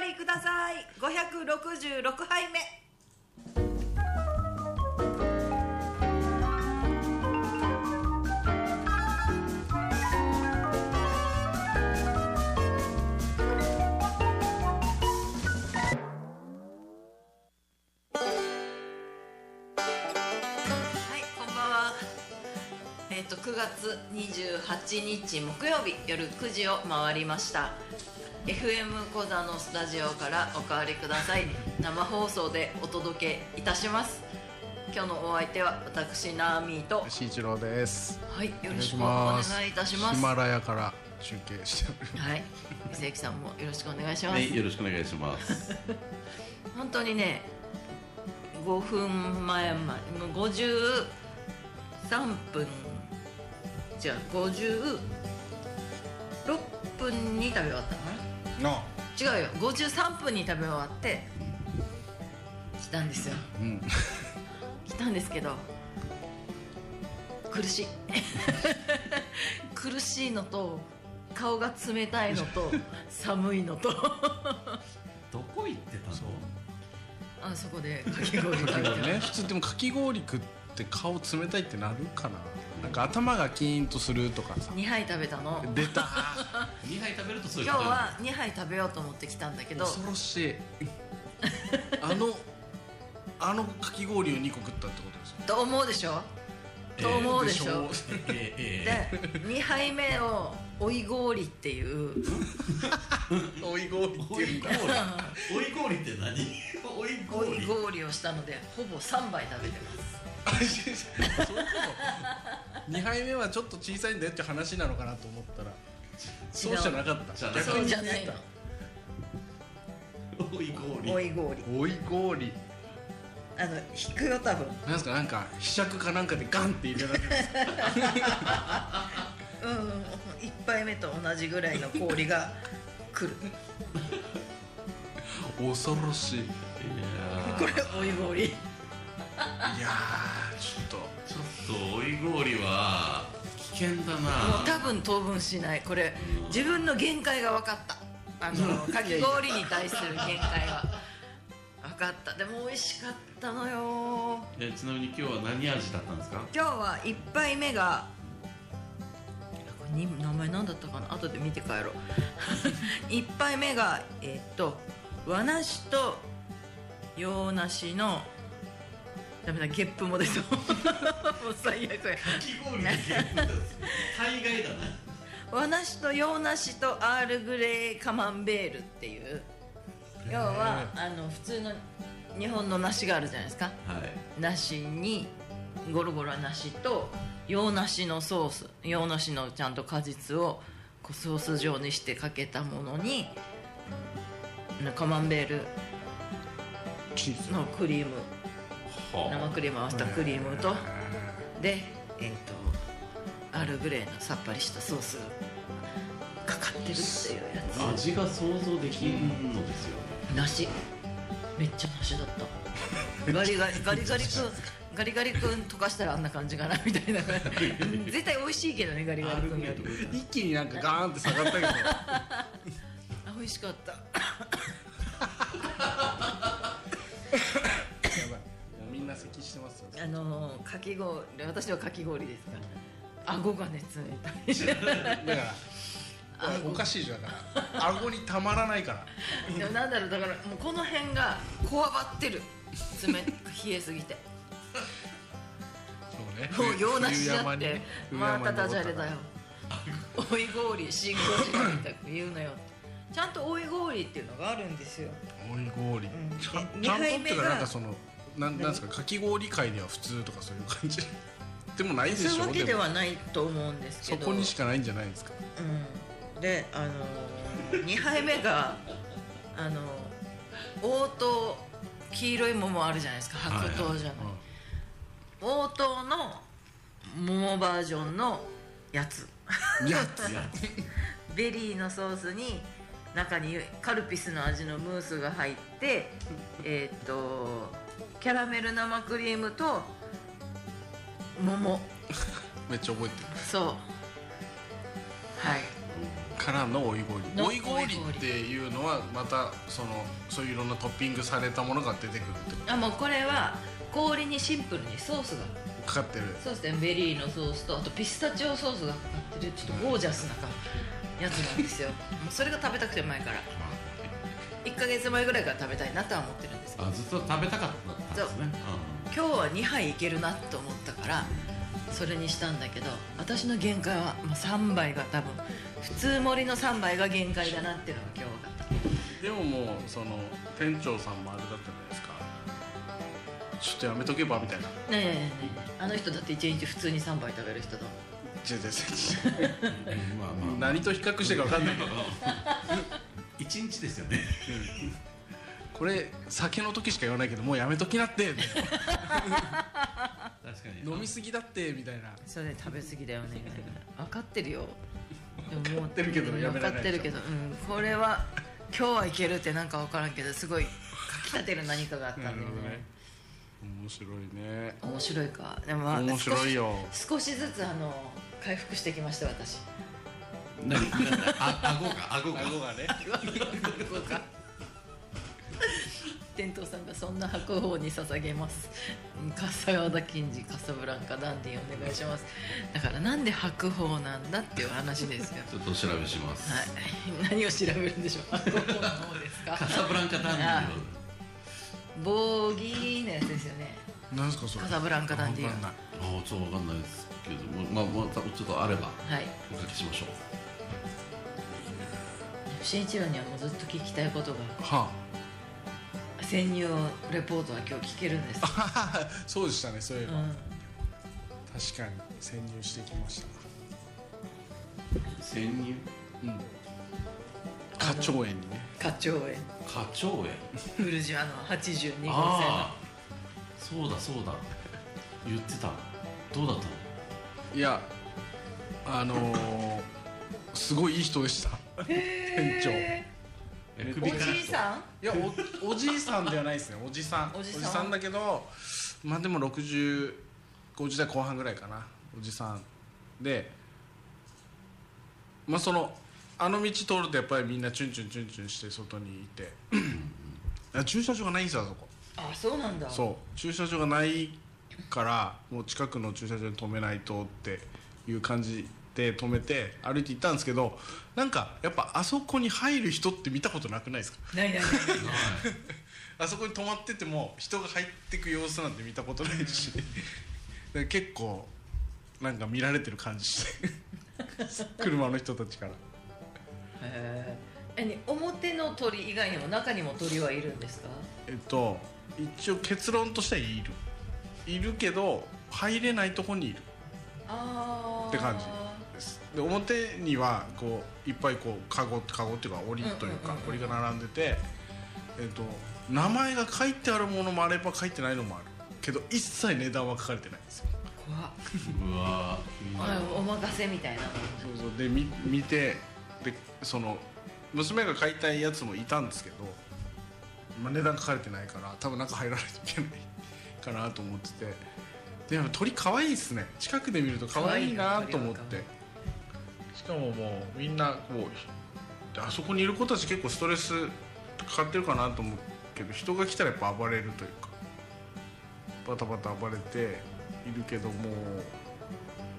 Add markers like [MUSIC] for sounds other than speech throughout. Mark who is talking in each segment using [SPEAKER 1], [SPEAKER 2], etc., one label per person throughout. [SPEAKER 1] 杯ください566杯目はいこんばんはえっ、と9月28日木曜日夜9時を回りました FM 小座のスタジオからおかわりください生放送でお届けいたします今日のお相手は私ナーミーと
[SPEAKER 2] し一郎です。
[SPEAKER 1] はいよろしくお願いいたします
[SPEAKER 2] ヒマ
[SPEAKER 1] は
[SPEAKER 2] ラヤから中継しておりま
[SPEAKER 1] い伊勢さんもよろしくお願いします、
[SPEAKER 3] はい、よろしくお願いします。
[SPEAKER 1] 本当にね5分前までもう53分じゃあ56分に食べ終わったのかな
[SPEAKER 2] す。な、
[SPEAKER 1] 違うよ53分に食べ終わって来たんですよ
[SPEAKER 2] うん、
[SPEAKER 1] 来たんですけど苦しい [LAUGHS] 苦しいのと顔が冷たいの
[SPEAKER 2] [LAUGHS]
[SPEAKER 1] と寒いのと
[SPEAKER 3] どこ行ってたの？
[SPEAKER 1] あそこでかき氷食べてま
[SPEAKER 2] でも
[SPEAKER 1] す
[SPEAKER 2] ね、 [LAUGHS] 普通でもかき氷食って顔冷たいってなるかな。なんか頭がキーンとするとかさ。
[SPEAKER 1] 2杯食べたの
[SPEAKER 2] 出た。
[SPEAKER 3] 二杯食べるとそういう
[SPEAKER 1] 今日
[SPEAKER 3] ことになる
[SPEAKER 1] は2杯食べようと思って来たんだけど
[SPEAKER 2] 恐ろしい。あの、あのかき氷を二個食ったってことです
[SPEAKER 1] と思うでしょ
[SPEAKER 3] えー
[SPEAKER 1] と思うでしょ、
[SPEAKER 2] で
[SPEAKER 3] えええ
[SPEAKER 1] で2杯目を追い氷っていう
[SPEAKER 2] しょ。おい氷って
[SPEAKER 3] え追い
[SPEAKER 2] いうか。
[SPEAKER 3] 氷。追い氷って何？追
[SPEAKER 1] 追
[SPEAKER 3] い氷
[SPEAKER 1] い。氷をしたのでほぼ3杯食べてます
[SPEAKER 2] [LAUGHS] それとも二杯目はちょっと小さいんだよって話なのかなと思ったら。そうじゃなかった。
[SPEAKER 3] じゃなかった
[SPEAKER 1] そうじゃないの
[SPEAKER 3] 追い氷。
[SPEAKER 1] 追い氷
[SPEAKER 2] おい氷
[SPEAKER 1] あの引くよ多分
[SPEAKER 2] なんすかなんかひしゃくかなんかでガンって入れられる
[SPEAKER 1] うんうんうん1杯目と同じぐらいの氷が来る
[SPEAKER 2] 恐ろしいい
[SPEAKER 3] いやー
[SPEAKER 1] これ追い氷
[SPEAKER 2] やーちょっ
[SPEAKER 3] ちょっと追い氷は危険だ
[SPEAKER 1] もう多
[SPEAKER 3] な。
[SPEAKER 1] 分当分しないこれ自分の限界が分かったあのかき氷に対する限界が分かったでも美味しかったのよ
[SPEAKER 3] えちなみに今日は何味だったんですか？
[SPEAKER 1] 今日は1杯目がこれに名前何だったかな後で見て帰ろう [LAUGHS] 1杯目がえーっと和梨と洋梨のダメだゲップも出そう [LAUGHS] もう最悪や
[SPEAKER 3] かき氷って言うんだ。大概だな。
[SPEAKER 1] 和梨と洋梨とアールグレーカマンベールっていう要はあの普通の日本の梨があるじゃないですか
[SPEAKER 3] はい。
[SPEAKER 1] 梨にゴロゴロ梨と洋梨のソース洋梨のちゃんと果実をこうソース状にしてかけたものになカマンベール
[SPEAKER 2] とチーズ
[SPEAKER 1] のクリーム生
[SPEAKER 3] は
[SPEAKER 1] クリーム合わせたクリームとでえっ、とアールグレーのさっぱりしたソースがかかってるっていうや
[SPEAKER 3] あ。味が想像できんのですよね。
[SPEAKER 1] つ梨めっちゃ梨だったガリガ
[SPEAKER 2] [LAUGHS]
[SPEAKER 1] リガリガリ君ガリガリ君溶かしたらあんな感じかなみたい
[SPEAKER 2] [LAUGHS]
[SPEAKER 1] な絶対美味しいけどねガリガリ君より
[SPEAKER 2] 一気になんかガーンって下がったけど
[SPEAKER 1] あ美味しかった
[SPEAKER 2] みんな咳してますよ
[SPEAKER 1] あのーかき氷私はかき氷ですから顎がね冷たい
[SPEAKER 2] だからおかしいじゃんだから顎にたまらないから
[SPEAKER 1] でもなんだろうだからもうこの辺がこわばってる冷冷えすぎて
[SPEAKER 2] そうね
[SPEAKER 1] もう洋梨
[SPEAKER 2] 冬
[SPEAKER 1] だ
[SPEAKER 2] 山
[SPEAKER 1] っ
[SPEAKER 2] に
[SPEAKER 1] て
[SPEAKER 2] ね冬
[SPEAKER 1] ま
[SPEAKER 2] 山に
[SPEAKER 1] たダジャレ
[SPEAKER 2] 登
[SPEAKER 1] だ
[SPEAKER 2] っ
[SPEAKER 1] よ追い氷新五時みたいに言うなよちゃんと追い氷っていうのがあるんですよ
[SPEAKER 2] たらおい氷
[SPEAKER 1] ん
[SPEAKER 2] ちゃん
[SPEAKER 1] で
[SPEAKER 2] ちゃんと
[SPEAKER 1] 二
[SPEAKER 2] っ
[SPEAKER 1] 杯
[SPEAKER 2] て
[SPEAKER 1] 目
[SPEAKER 2] いう
[SPEAKER 1] が
[SPEAKER 2] かなんかそのなんなんですかかき氷界では普通とかそういう感じでもないでしょ
[SPEAKER 1] そういうわけで
[SPEAKER 2] も
[SPEAKER 1] はないと思うんですけ
[SPEAKER 2] そ
[SPEAKER 1] ど
[SPEAKER 2] こにしかないんじゃないですか
[SPEAKER 1] うん、であのー、2杯目があのー、黄桃黄色い桃あるじゃないですか白桃じゃない、黄桃の桃バージョンのやつ
[SPEAKER 2] うんいやつ
[SPEAKER 3] いや
[SPEAKER 1] ベリーのソースに中にカルピスの味のムースが入ってえーっとキャラメル生クリームと桃
[SPEAKER 2] めっちゃ覚えてる
[SPEAKER 1] そうはい
[SPEAKER 2] からの追い氷
[SPEAKER 1] の
[SPEAKER 2] 追い氷リっていうのはまたそのそういういろんなトッピングされたものが出てくるって
[SPEAKER 1] あもうこれは氷にシンプルにソースが
[SPEAKER 2] かかってる
[SPEAKER 1] そうですねベリーのソースとあとピスタチオソースがかかってるちょっとゴージャスな感じやつなんですよ [LAUGHS] もうそれが食べたくて前から1か月前ぐらいから食べたいなとは思ってるんですけど
[SPEAKER 3] あずっと食べたかったんですね
[SPEAKER 1] 今日は2杯いけるなと思ったからそれにしたんだけど私の限界は、まあ、3杯が多分普通盛りの3杯が限界だなっていうのが今日分かった
[SPEAKER 2] でももうその店長さんもあれだったじゃないですかちょっとやめとけばみたいな
[SPEAKER 1] ねえねえねえあの人だって1日普通に3杯食べる人だもん
[SPEAKER 2] ジェゼセ
[SPEAKER 3] うんうんまあまあまあ
[SPEAKER 2] 何と比較してか分かんないけど、
[SPEAKER 3] 一日ですよね
[SPEAKER 2] うんこれ酒の時しか言わないけどもうやめときなってみたい
[SPEAKER 3] 確か
[SPEAKER 2] な
[SPEAKER 3] に
[SPEAKER 2] 飲みすぎだってみたいな
[SPEAKER 1] それ食べ過ぎだよ
[SPEAKER 2] [LAUGHS]
[SPEAKER 1] ねみたいな分かってるよでももう
[SPEAKER 2] 分かってるけどやめられ
[SPEAKER 1] 分か
[SPEAKER 2] ない
[SPEAKER 1] ってるけど、うん、これは今日はいけるってなんか分からんけどすごいかきたてる何かがあったんだよね
[SPEAKER 2] 面白いね
[SPEAKER 1] 面白いかでもまあ
[SPEAKER 2] 面白い [LAUGHS] よ
[SPEAKER 1] 少し少しずつあの回復してきました私
[SPEAKER 3] 何何だあ顎が顎が
[SPEAKER 2] 顎がね
[SPEAKER 1] 店頭さんがそんな白鵬に捧げますうん笠原金次カサブランカダンディお願いしますだからなんで白鵬なんだっていう話ですよ
[SPEAKER 3] ちょっとお調べします、
[SPEAKER 1] はい、何を調べるんでしょう。白鵬の方ですか
[SPEAKER 3] カ。サブランカダンディを
[SPEAKER 1] ボーギーのやつですよね。
[SPEAKER 2] 何すかそれ
[SPEAKER 1] カサブランカダンディー
[SPEAKER 2] わかんない
[SPEAKER 3] ああちょっとわかんないですけどまあまあちょっとあれば
[SPEAKER 1] はい。
[SPEAKER 3] お書きしましょう
[SPEAKER 1] 新一郎にはもうずっと聞きたいことが
[SPEAKER 2] は
[SPEAKER 1] 潜入レポートは今日聞けるんです。
[SPEAKER 2] あそうでしたねそういえ
[SPEAKER 1] う
[SPEAKER 2] ば、
[SPEAKER 1] ん。
[SPEAKER 2] 確かに潜入してきました
[SPEAKER 3] 潜入
[SPEAKER 2] うん花鳥園にね
[SPEAKER 1] 課長へ
[SPEAKER 3] 花鳥園
[SPEAKER 1] 古島の八十二号
[SPEAKER 3] ああそうだそうだ言ってたどうだったの
[SPEAKER 2] いやあのー、すごいいい人でした店長
[SPEAKER 1] 線
[SPEAKER 3] え
[SPEAKER 1] の。おじいさん？
[SPEAKER 2] いやおおじいさんではないですねおじさん
[SPEAKER 1] おじさん
[SPEAKER 2] だけどまあでも6050代後半ぐらいかなおじさんでまあそのあの道通るとやっぱりみんなチュンチュンチュンチュンして外にいてあ駐車場がないんですよあそこ
[SPEAKER 1] あ、そうなんだ。
[SPEAKER 2] そう駐車場がないからもう近くの駐車場に止めないとっていう感じで止めて歩いて行ったんですけどなんかやっぱあそこに入る人って見たことなくないですか
[SPEAKER 1] ないないない。
[SPEAKER 3] はい
[SPEAKER 2] あそこに止まってても人が入ってく様子なんて見たことないし [LAUGHS] で結構なんか見られてる感じして [LAUGHS] 車の人たちから
[SPEAKER 1] へえ。え、ね表の鳥以外にも中にも鳥はいるんですか？
[SPEAKER 2] えっと一応結論としてはいるいるけど入れないとこにいる
[SPEAKER 1] ああ。
[SPEAKER 2] って感じですで表にはこういっぱいこうカゴカゴっていうか檻と
[SPEAKER 1] う
[SPEAKER 2] いうか
[SPEAKER 1] んうんうんうん
[SPEAKER 2] 檻が並んでてえっと名前が書いてあるものもあれば書いてないのもあるけど一切値段は書かれてないんですよ
[SPEAKER 1] 怖っ。
[SPEAKER 3] うわー気になる
[SPEAKER 1] お任せみたいな
[SPEAKER 2] そうそうでみ見てでその娘が買いたいやつもいたんですけど、まあ、値段書かれてないから多分中入らないといけないかなと思っててでやっぱ鳥可愛いですね近くで見ると可愛いなと思っ
[SPEAKER 1] 可愛
[SPEAKER 2] て
[SPEAKER 1] い
[SPEAKER 2] しかももうみんなこうであそこにいる子たち結構ストレスかかってるかなと思うけど人が来たらやっぱ暴れるというかバタバタ暴れているけども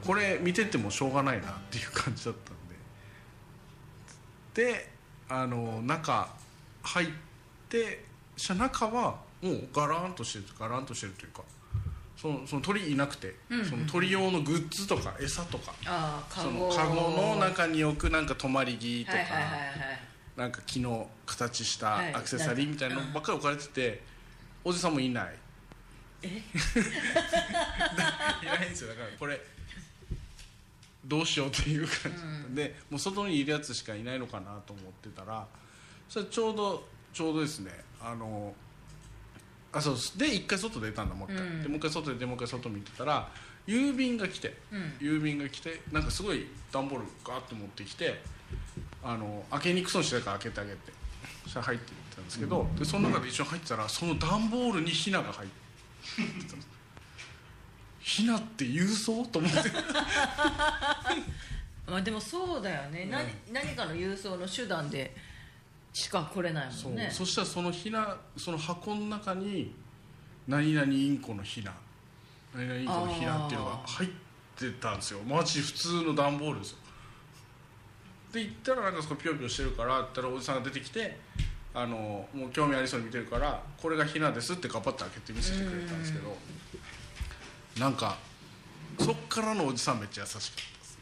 [SPEAKER 2] これ見ててもしょうがないなっていう感じだったんでであの中入ってそしたら中はもうガラーンとしてるガラーンとしてるというかそのその鳥いなくて、
[SPEAKER 1] うんうんうん
[SPEAKER 2] その鳥用のグッズとか餌とか
[SPEAKER 1] ああカ
[SPEAKER 2] そ
[SPEAKER 1] ゴ
[SPEAKER 2] のカゴの中に置くなんか泊まり木とか、
[SPEAKER 1] はいはいはいはい
[SPEAKER 2] なんか木の形した
[SPEAKER 1] はい
[SPEAKER 2] アクセサリーみたいなのばっかり置かれてて、おじさんもい [LAUGHS] ない
[SPEAKER 1] え
[SPEAKER 2] いないんですよだからこれどうしようっていう感じ、でもう外にいるやつしかいないのかなと思ってたらそれちょうどちょうどですねあのあそうですで一回外出たんだもう一回、
[SPEAKER 1] うん
[SPEAKER 2] でもう一回外出てもう一回外見てたら郵便が来て、
[SPEAKER 1] うん
[SPEAKER 2] 郵便が来てなんかすごい段ボールガーって持ってきてあの開けにくそうにしてたから開けてあげてそしたら入っていったんですけど、でその中で一緒に入ってたらその段ボールにヒナが入ってたんですヒナって郵送と思って
[SPEAKER 1] まあでもそうだよね、
[SPEAKER 2] ん
[SPEAKER 1] 何何かの郵送の手段でしか来れない
[SPEAKER 2] そ
[SPEAKER 1] も
[SPEAKER 2] うん
[SPEAKER 1] ね
[SPEAKER 2] そしたらそのひなその箱の中に何々インコのひな何々インコのひなっていうのが入ってたんですよマジ普通の段ボールですよで行ったらなんかそこピョピョしてるからって言ったらおじさんが出てきてあのもう興味ありそうに見てるからこれがひなですってカパッて開けて見せてくれたんですけどなんかそっからのおじさんめっちゃ優しかったですね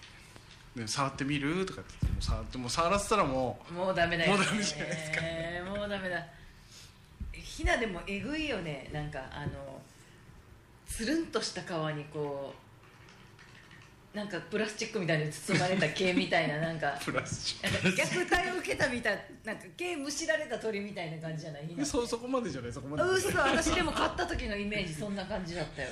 [SPEAKER 2] ね触ってみるとかって言ってもう触ってもう触らせたらもう
[SPEAKER 1] もうダメだよ、ね、
[SPEAKER 2] もうダメじゃないですか
[SPEAKER 1] えーもうダメだひなでもえぐいよねなんかあのつるんとした皮にこうなんかプラスチックみたいに包まれた毛みたい
[SPEAKER 2] [LAUGHS]
[SPEAKER 1] ななんか
[SPEAKER 2] プラスチック
[SPEAKER 1] なんか虐待を受けたみたいなんか毛むしられた鳥みたいな感じじゃないひな
[SPEAKER 2] でそそこまでじゃないそこまで
[SPEAKER 1] うそ私でも買った時のイメージそんな感じだったよ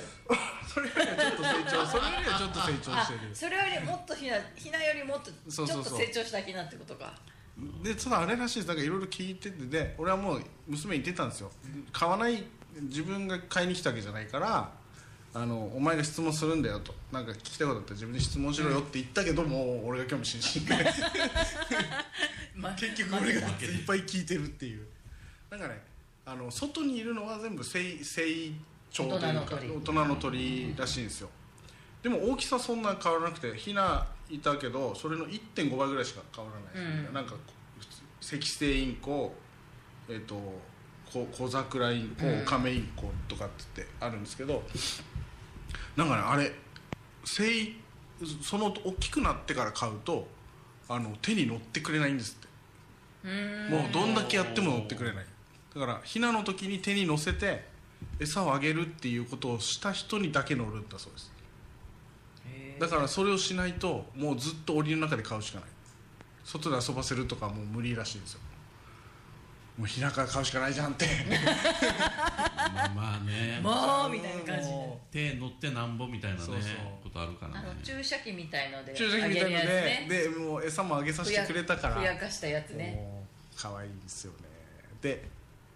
[SPEAKER 2] それよりはちょっと成長それよりはちょっと成長
[SPEAKER 1] あ
[SPEAKER 2] してる
[SPEAKER 1] それよりもっとひなひなよりもっとち
[SPEAKER 2] そ
[SPEAKER 1] ょ
[SPEAKER 2] う
[SPEAKER 1] っ
[SPEAKER 2] そうそう
[SPEAKER 1] と成長したひなってことか
[SPEAKER 2] でただあれらしいですなんかいろいろ聞いててで俺はもう娘に言ってたんですよ買わない自分が買いに来たわけじゃないからあのお前が質問するんだよとなんか聞きたいことあったら自分で質問しろよって言ったけど、もう俺が興味津々で
[SPEAKER 1] [LAUGHS] ま
[SPEAKER 2] 結局俺がいっぱい聞いてるっていうなんかねあの外にいるのは全部成成長というか
[SPEAKER 1] 大人の
[SPEAKER 2] 大
[SPEAKER 1] 鳥
[SPEAKER 2] 人の鳥らしいんですよでも大きさそんな変わらなくてヒナいたけどそれの1.5倍ぐらいしか変わらない、
[SPEAKER 1] うん
[SPEAKER 2] なんかこう普通赤星インコえっ、とこ小桜インコ、
[SPEAKER 1] うん
[SPEAKER 2] オカメインコとかってあるんですけどなんかねあれ成その大きくなってから買うとあの手に乗ってくれないんですって
[SPEAKER 1] うーん
[SPEAKER 2] もうどんだけやっても乗ってくれないだからヒナの時に手に乗せて餌をあげるっていうことをした人にだけ乗るんだそうです
[SPEAKER 1] へー
[SPEAKER 2] だからそれをしないともうずっと檻の中で飼うしかない外で遊ばせるとかもう無理らしいんですよもうヒナから飼うしかないじゃんって
[SPEAKER 3] まあまあね
[SPEAKER 1] もうみたいな感じで
[SPEAKER 2] も
[SPEAKER 3] 手乗ってなんぼみたいなね
[SPEAKER 2] そうそう
[SPEAKER 3] ことあるから
[SPEAKER 1] あ
[SPEAKER 3] ね
[SPEAKER 1] の注射器みたいので
[SPEAKER 2] う注射器みたいの
[SPEAKER 1] あげるやつね
[SPEAKER 2] ででもう餌もあげさせてくれたから
[SPEAKER 1] ふやふやかしたやつね
[SPEAKER 2] もう可愛いんですよねで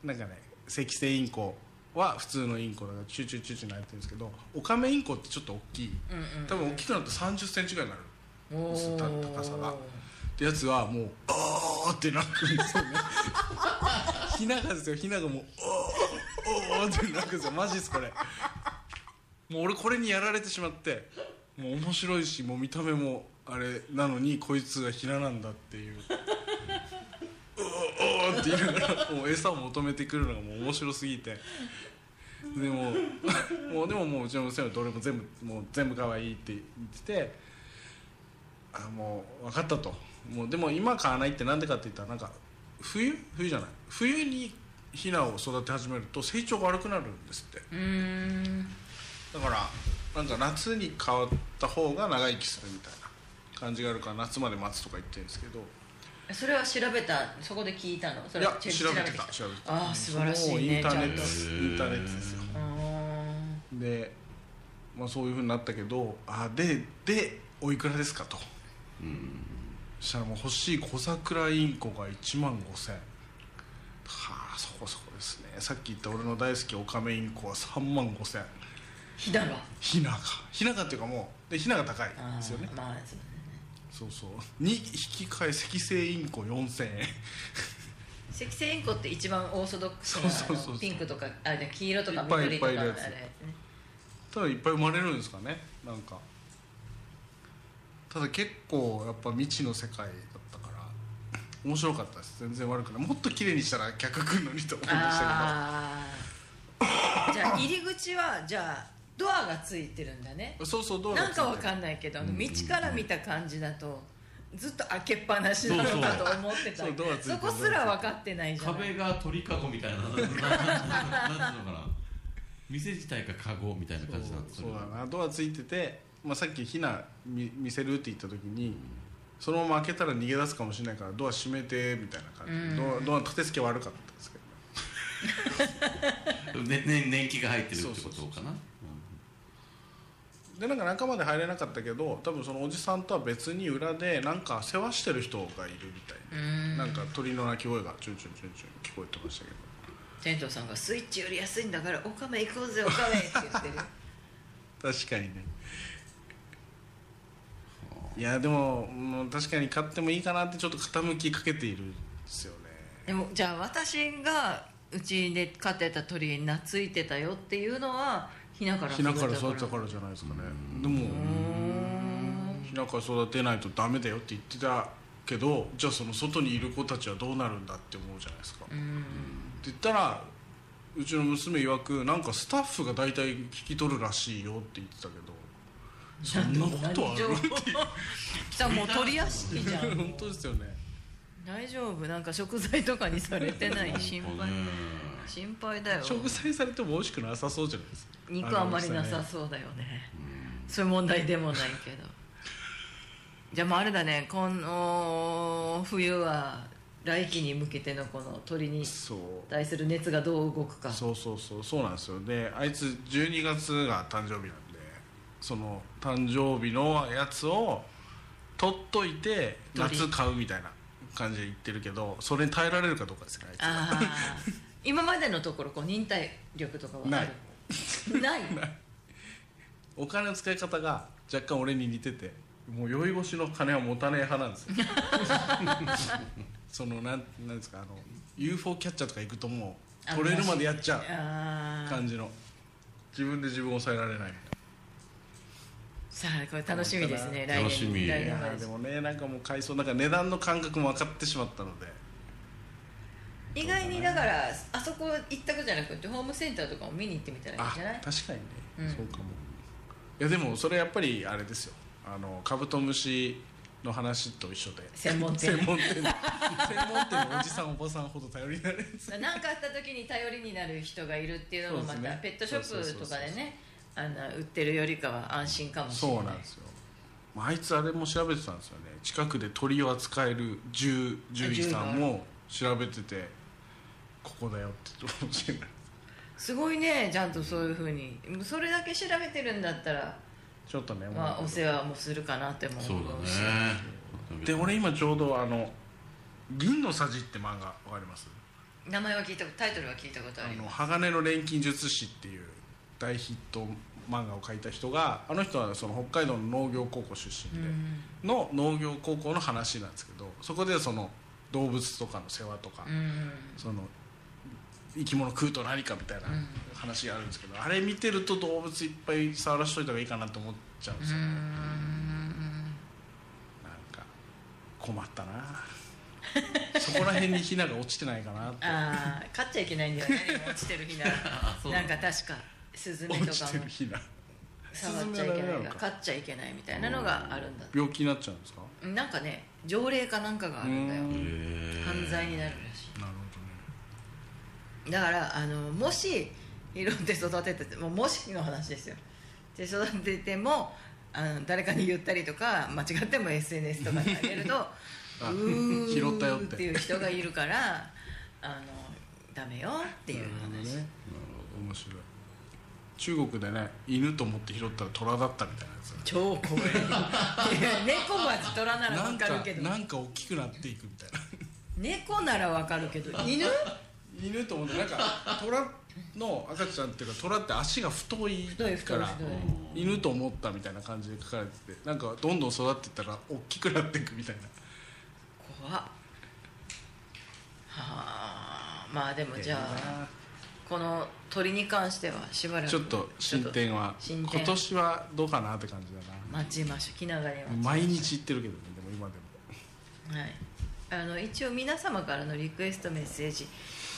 [SPEAKER 2] なんかね赤星インコは普通のインコだからチューチューチューチュー鳴いてるんですけどオカメインコってちょっと大きい
[SPEAKER 1] うんうん
[SPEAKER 2] 多分大きくなると3 0ンチぐらいになる
[SPEAKER 1] おー
[SPEAKER 2] 高さがってやつはもう「おー」って鳴くんですよね [LAUGHS] ひながですよひながもう「おー」おーって鳴くんですよマジですこれもう俺これにやられてしまってもう面白いしもう見た目もあれなのにこいつがひななんだっていう「おーおー」って言いながらもう餌を求めてくるのがもう面白すぎてでも [LAUGHS] もうでももううちの娘はどれも全部もう全部可愛いって言っててあもう分かったともうでも今買わないってなんでかって言ったらなんか冬冬じゃない冬にヒナを育て始めると成長が悪くなるんですって
[SPEAKER 1] うーん
[SPEAKER 2] だからなんか夏に変わった方が長生きするみたいな感じがあるから夏まで待つとか言ってるんですけど
[SPEAKER 1] それは調べたそこで聞いたのそ
[SPEAKER 2] い
[SPEAKER 1] れ
[SPEAKER 2] や
[SPEAKER 1] チェ
[SPEAKER 2] 調べてた
[SPEAKER 1] 調
[SPEAKER 2] 調べてた
[SPEAKER 1] ああ素晴らしい
[SPEAKER 2] もうイ
[SPEAKER 1] ねち
[SPEAKER 2] ンタ
[SPEAKER 1] ゃん
[SPEAKER 2] ー
[SPEAKER 1] と
[SPEAKER 2] ネ
[SPEAKER 1] う
[SPEAKER 2] ットですイ
[SPEAKER 3] へー
[SPEAKER 2] ンターネットですよ
[SPEAKER 1] ーん
[SPEAKER 2] で、まあ、そういうふうになったけどあででおいくらですかとそしたらもう欲しい小桜インコが1万5000円はあそこそこですねさっき言った俺の大好きオカメインコは3万5000円
[SPEAKER 1] ひだが
[SPEAKER 2] ひながひながっていうかもうでひなが高い
[SPEAKER 1] あー
[SPEAKER 2] ですよね
[SPEAKER 1] まあそうだね
[SPEAKER 2] そうそうに引き換え赤星インコ4000円
[SPEAKER 1] 赤星インコって一番オーソドックスな
[SPEAKER 2] そうそうそうそう
[SPEAKER 1] あのピンクとかあれね黄色とか
[SPEAKER 2] いっぱい
[SPEAKER 1] 緑とか
[SPEAKER 2] いっ
[SPEAKER 1] の
[SPEAKER 2] ぱ
[SPEAKER 1] あ
[SPEAKER 2] いい
[SPEAKER 1] れ
[SPEAKER 2] る
[SPEAKER 1] や
[SPEAKER 2] や
[SPEAKER 1] つ
[SPEAKER 2] つ
[SPEAKER 1] ね
[SPEAKER 2] ただいっぱい生まれるんですかねなんかただ結構やっぱ未知の世界だったから面白かったです全然悪くないもっと綺麗にしたら客来るのにと思いました
[SPEAKER 1] ああじゃあ入り口はじゃあドアがついてるんだね
[SPEAKER 2] けどそうそうどうだ
[SPEAKER 1] な
[SPEAKER 2] っ
[SPEAKER 1] ん
[SPEAKER 2] た
[SPEAKER 1] か
[SPEAKER 2] だ
[SPEAKER 1] わかんないけど、あの道から見た感じだとずっと開けっぱなしなのかと思ってた
[SPEAKER 2] そうそうそうドアついて
[SPEAKER 1] そ
[SPEAKER 2] る
[SPEAKER 1] こすら分かってないじゃん
[SPEAKER 3] 壁が鳥かごみたいななんていうのかな店自体がかごみたいな感じなんです
[SPEAKER 2] そう
[SPEAKER 3] よ
[SPEAKER 2] そうだなドアついてて、まあ、さっきひな見見せるって言った時にそのまま開けたら逃げ出すかもしれないからドア閉めてみたいな感じ、
[SPEAKER 1] うん
[SPEAKER 2] ドアドアの立て付け悪かったですけど
[SPEAKER 3] ねね年季が入ってるって
[SPEAKER 2] そ
[SPEAKER 3] こ
[SPEAKER 2] う
[SPEAKER 3] と
[SPEAKER 2] そう
[SPEAKER 3] かな
[SPEAKER 2] でなんか中まで入れなかったけど多分そのおじさんとは別に裏でなんか世話してる人がいるみたいな
[SPEAKER 1] うーん
[SPEAKER 2] なんか鳥の鳴き声がチュンチュンチュンチュン聞こえてましたけど
[SPEAKER 1] 店長さんが「スイッチより安いんだからオカメ行こうぜオカメ」って言ってる
[SPEAKER 2] 確かにねいやでも、うん確かに買ってもいいかなってちょっと傾きかけているんですよね
[SPEAKER 1] [LAUGHS] でもじゃあ私がうちで飼ってた鳥に懐いてたよっていうのはひなから
[SPEAKER 2] ひなから育
[SPEAKER 1] て
[SPEAKER 2] てたからじゃないですかねでもひなから育てないとダメだよって言ってたけどじゃあその外にいる子たちはどうなるんだって思うじゃないですかって言ったらうちの娘曰くなんかスタッフが大体聞き取るらしいよって言ってたけどそんなことある
[SPEAKER 1] [LAUGHS] じゃあもう鳥屋敷じゃん
[SPEAKER 2] [LAUGHS] 本当ですよね
[SPEAKER 1] 大丈夫なんか食材とかにされてない心
[SPEAKER 3] なんか
[SPEAKER 1] 配
[SPEAKER 3] ね
[SPEAKER 1] 心配だよ
[SPEAKER 2] 食材されても美味しくなさそうじゃないですか
[SPEAKER 1] 肉あんまりなさそうだよねそういう問題でもないけどじゃあもうあれだねこの冬は来季に向けてのこの鳥に
[SPEAKER 2] そう
[SPEAKER 1] 対する熱がどう動くか
[SPEAKER 2] そうそうそうそうなんですよであいつ12月が誕生日なんでその誕生日のやつを取っといて
[SPEAKER 1] 鳥
[SPEAKER 2] 夏買うみたいな感じで言ってるけどそれに耐えられるかどうかですねあい
[SPEAKER 1] ああ今までのところこう忍耐力とかはあるない
[SPEAKER 2] つお金の使い方が若干俺に似ててもう酔い腰の金は持たねえ派なんですよ [LAUGHS] そのなんなんですかあの UFO キャッチャーとか行くともう [LAUGHS] 取れるまでやっちゃう
[SPEAKER 1] ああ
[SPEAKER 2] 感じの自分で自分を抑えられないみたいな
[SPEAKER 1] さあこれ楽しみですね来年
[SPEAKER 3] 楽しみ
[SPEAKER 1] 来
[SPEAKER 2] い
[SPEAKER 1] 年
[SPEAKER 2] や
[SPEAKER 1] まで
[SPEAKER 2] ーでもねなんかもう買いそうなんか値段の感覚も分かってしまったので
[SPEAKER 1] 意外にだからあそこ一択じゃなくてホームセンターとかも見に行ってみたらいいん
[SPEAKER 2] あ
[SPEAKER 1] じゃない
[SPEAKER 2] 確かにね、
[SPEAKER 1] うん
[SPEAKER 2] そうかもいやでもそれやっぱりあれですよあのカブトムシの話と一緒で
[SPEAKER 1] 専門店
[SPEAKER 2] [LAUGHS] 専門店専門店のおじさんおばさんほど頼りになれる
[SPEAKER 1] 何かあった時に頼りになる人がいるっていうのもま
[SPEAKER 2] そうで
[SPEAKER 1] た、
[SPEAKER 2] すね
[SPEAKER 1] ペットショ
[SPEAKER 2] そうそう
[SPEAKER 1] ップ
[SPEAKER 2] そう
[SPEAKER 1] と
[SPEAKER 2] そう
[SPEAKER 1] かでねあの売ってるよりかは安心かもしれ
[SPEAKER 2] そ
[SPEAKER 1] ないう
[SPEAKER 2] なんですよ、まあ、あいつあれも調べてたんですよね近くで鳥を扱える獣獣医さんも調べててここだよって言って教えない
[SPEAKER 1] すごいねちゃんとそういうふうにそれだけ調べてるんだったら、
[SPEAKER 2] ちょっとね
[SPEAKER 1] まあ、
[SPEAKER 2] もう
[SPEAKER 1] お世話もするかなっても
[SPEAKER 3] そう
[SPEAKER 1] 思うし
[SPEAKER 3] だね
[SPEAKER 2] で俺今ちょうどあの「銀のさじ」って漫画わかります
[SPEAKER 1] 名前は聞いたことタイトルは聞いたことあ
[SPEAKER 2] あ
[SPEAKER 1] り
[SPEAKER 2] の
[SPEAKER 1] ます
[SPEAKER 2] 鋼の錬金術師っていう大ヒット漫画を描いた人があの人はその北海道の農業高校出身で、の農業高校の話なんですけどそこでその動物とかの世話とか、
[SPEAKER 1] うんうん
[SPEAKER 2] その生き物食うと何かみたいな話があるんですけど、あれ見てると動物いっぱい触らしといた方がいいかなと思っちゃうんですよね、なんか困ったなそこら辺にヒナが落ちてないかなって
[SPEAKER 1] ああ飼っちゃいけないんだよねでも落ちてるひな
[SPEAKER 3] そう
[SPEAKER 1] なんか確かスズメとかも
[SPEAKER 2] 落ちてるヒナ
[SPEAKER 1] 触っちゃいけな
[SPEAKER 2] スズメは
[SPEAKER 1] い
[SPEAKER 2] ダメな
[SPEAKER 1] が
[SPEAKER 2] のか
[SPEAKER 1] 飼っちゃいけないみたいなのがあるんだ
[SPEAKER 2] 病気になっちゃうんですか
[SPEAKER 1] なんかね条例かなんかがあるんだよ
[SPEAKER 2] うん
[SPEAKER 1] 犯罪になるらし
[SPEAKER 2] なる
[SPEAKER 1] いだからあのもし拾って育てててももしの話ですよで育ててもあの誰かに言ったりとか間違っても SNS とかにあげる
[SPEAKER 2] [LAUGHS]
[SPEAKER 1] とうー
[SPEAKER 2] 拾ったよって
[SPEAKER 1] っていう人がいるからあのダメよっていう
[SPEAKER 2] ほどね
[SPEAKER 1] 話、
[SPEAKER 2] ね面白い中国でね犬と思って拾ったら虎だったみたいなやつ [LAUGHS]
[SPEAKER 1] 超怖いいや猫町虎なら
[SPEAKER 2] な
[SPEAKER 1] わ
[SPEAKER 2] ん
[SPEAKER 1] か
[SPEAKER 2] か
[SPEAKER 1] るけど
[SPEAKER 2] なんか大きくなっていくみたいな
[SPEAKER 1] 猫ならわかるけ
[SPEAKER 2] [LAUGHS]
[SPEAKER 1] ど犬
[SPEAKER 2] 犬と思ってなんか虎の赤ちゃんっていうか虎って足が太い
[SPEAKER 1] 太い太
[SPEAKER 2] か
[SPEAKER 1] い
[SPEAKER 2] ら
[SPEAKER 1] 太い
[SPEAKER 2] 犬と思ったみたいな感じで書かれててなんかどんどん育ってったら大きくなっていくみたいな
[SPEAKER 1] 怖っはあまあでもじゃあこの鳥に関してはしばらく
[SPEAKER 2] ちょっと進展は
[SPEAKER 1] ちょっと進展
[SPEAKER 2] 今年はどうかなって感じだな
[SPEAKER 1] 待ちましょう気長に待ちましょ
[SPEAKER 2] 毎日行ってるけどねでも今でも
[SPEAKER 1] うはいあの一応皆様からのリクエストメッセージ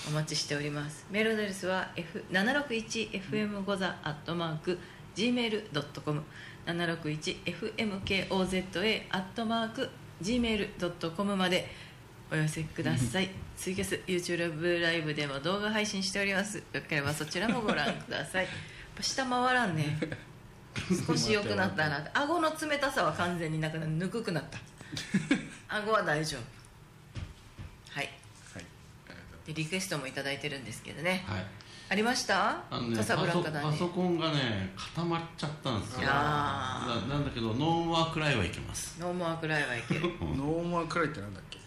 [SPEAKER 1] お待ちしておりますメールのアドレスは 761fmgoza.gmail.com 761fmkoza.gmail.com までお寄せくださ [LAUGHS] いツイキャス YouTube ライブでも動画配信しておりますよければそちらもご覧くださいやっぱ下回らんね少し良くな [LAUGHS] ったなって顎の冷たさは完全になくなぬくくなった顎は大丈夫はい
[SPEAKER 2] はいありがとうございます
[SPEAKER 1] でリクエストもいただいてるんですけどね
[SPEAKER 3] はい
[SPEAKER 1] ありました
[SPEAKER 3] あのね
[SPEAKER 1] カ
[SPEAKER 3] パ
[SPEAKER 1] サ
[SPEAKER 3] ソ
[SPEAKER 1] ブランカだ
[SPEAKER 3] パ
[SPEAKER 1] ね
[SPEAKER 3] ソコンがね固まっちゃったんですよ
[SPEAKER 1] あ
[SPEAKER 3] ななんだけどノンワークライはいけます
[SPEAKER 1] ノーマークライはいける
[SPEAKER 3] [LAUGHS]
[SPEAKER 2] ノーマークライってなんだっけ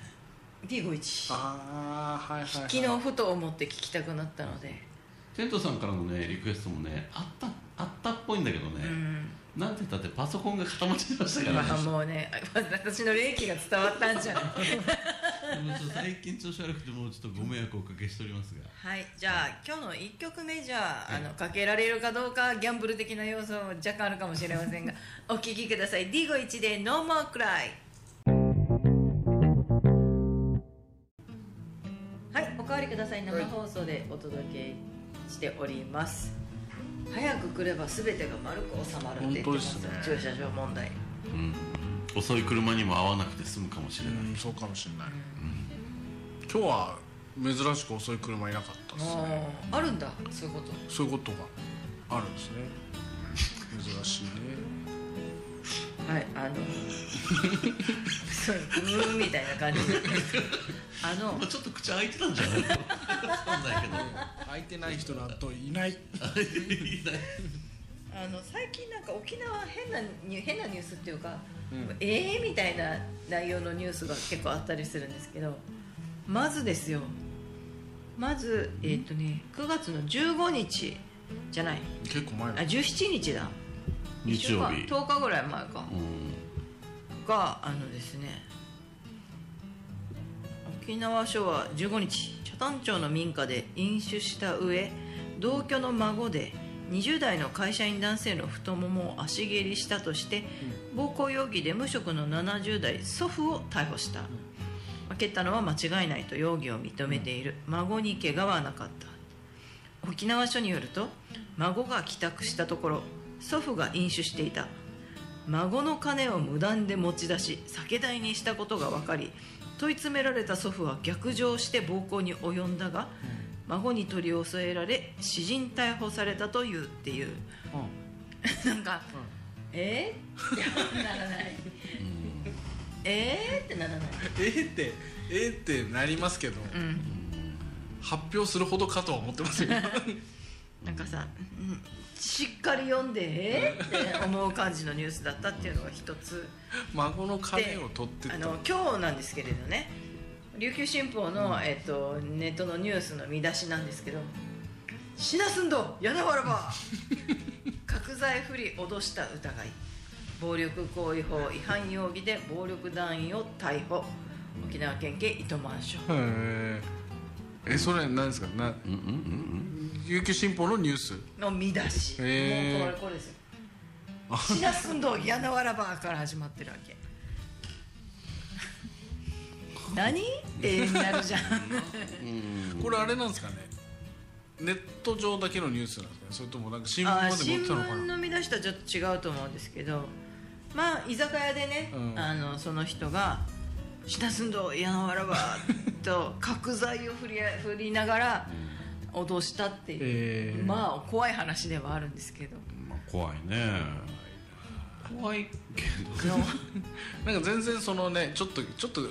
[SPEAKER 1] D51
[SPEAKER 2] ああはいはい、はい、
[SPEAKER 1] 昨日ふと思って聞きたくなったので
[SPEAKER 3] テントさんからのねリクエストもねあったあったっぽいんだけど
[SPEAKER 1] う
[SPEAKER 3] ね、
[SPEAKER 1] ん
[SPEAKER 3] なんて言ったって
[SPEAKER 1] [LAUGHS]
[SPEAKER 3] パソコンが固まっちゃいましたから
[SPEAKER 1] まあ
[SPEAKER 3] ね
[SPEAKER 1] もうね私の霊気が伝わったんじゃない
[SPEAKER 3] でもちょっと最近調子悪くてもうちょっとご迷惑をおかけしておりますが
[SPEAKER 1] はいじゃあ今日の1曲目じゃあ,、
[SPEAKER 3] はい
[SPEAKER 1] あのかけられるかどうかギャンブル的な要素も若干あるかもしれませんがお聴きください D51 で「No More Cry」はいおかわりください生放送でお届けしております、早く来れば全てが丸く収まるって言ってます
[SPEAKER 2] 本当です
[SPEAKER 1] 駐
[SPEAKER 2] ね
[SPEAKER 1] 車場問題
[SPEAKER 3] うん遅い車にも合わなくて済むかもしれない、
[SPEAKER 2] うんそうかもしれない、今日は珍しく遅い車いなかったですね
[SPEAKER 1] あああるんだそういうこと
[SPEAKER 2] そういうことがあるんですね珍しいね
[SPEAKER 1] はい、あの [LAUGHS] そうムーみたいな感じであの
[SPEAKER 3] まあ、ちょっと口開いてたんじゃないのわかんないけど
[SPEAKER 2] 空いてない人なんといない
[SPEAKER 1] あの最近なんか沖縄変なニュ変なニュースっていうか、
[SPEAKER 2] うん
[SPEAKER 1] ええみたいな内容のニュースが結構あったりするんですけどまずですよまずえーっ、とね9月の15日じゃない
[SPEAKER 2] 結構
[SPEAKER 1] あ
[SPEAKER 2] 前だ
[SPEAKER 1] 17日だ
[SPEAKER 3] [LAUGHS] 日曜日
[SPEAKER 1] 一週間10日ぐらい前か、
[SPEAKER 3] うん
[SPEAKER 1] があのですね沖縄署は15日北谷町の民家で飲酒した上同居の孫で20代の会社員男性の太ももを足蹴りしたとして暴行容疑で無職の70代祖父を逮捕した、まあ蹴ったのは間違いないと容疑を認めている孫に怪我はなかった沖縄署によると孫が帰宅したところ祖父が飲酒していた孫の金を無断で持ち出し酒代にしたことが分かり問い詰められた祖父は逆上して暴行に及んだが孫に取り押さえられ私人逮捕されたというっていう [LAUGHS] なんか「えー、ってならない
[SPEAKER 3] うん
[SPEAKER 1] 「えー、ってならない
[SPEAKER 2] えーってえーってなりますけど、
[SPEAKER 1] うん
[SPEAKER 2] 発表するほどかとは思ってま
[SPEAKER 1] [LAUGHS]
[SPEAKER 2] すよ
[SPEAKER 1] なんかさ、うんしっかり読んでえーって思う感じのニュースだったっていうのが一つ
[SPEAKER 2] 孫の金を取って
[SPEAKER 1] あ
[SPEAKER 2] た
[SPEAKER 1] の今日なんですけれどね琉球新報の、
[SPEAKER 2] うん
[SPEAKER 1] えっとネットのニュースの見出しなんですけど「死なすんどやなわら
[SPEAKER 2] [LAUGHS]
[SPEAKER 1] ば! 」角材不利脅した疑い暴力行為法違反容疑で暴力団員を逮捕沖縄県警糸満署
[SPEAKER 2] へええそれ何ですかな
[SPEAKER 3] うんうんうん
[SPEAKER 2] 琉球新報のニュース
[SPEAKER 1] の見出し、
[SPEAKER 2] へー
[SPEAKER 1] もうこれこれですよ「しらすんどやなわらば」から始まってるわ
[SPEAKER 2] [LAUGHS]
[SPEAKER 1] け何ってなるじゃん
[SPEAKER 3] うん
[SPEAKER 2] これあれなんですかねネット上だけのニュースなんですかねそれともなんか新聞ま
[SPEAKER 1] あ
[SPEAKER 2] で
[SPEAKER 1] ー
[SPEAKER 2] 持っ
[SPEAKER 1] 新
[SPEAKER 2] てたのか
[SPEAKER 1] 聞
[SPEAKER 2] な
[SPEAKER 1] の見出しとはちょっと違うと思うんですけどまあ居酒屋でね、
[SPEAKER 2] うん
[SPEAKER 1] あのその人が「しらすんどやなわらば」と角材を振り振りながら脅したっていう、
[SPEAKER 2] えー
[SPEAKER 1] まあ怖い話ではあるんですけど。
[SPEAKER 3] まあ怖いね怖いけど
[SPEAKER 2] なんか全然そのねちょっとちょっと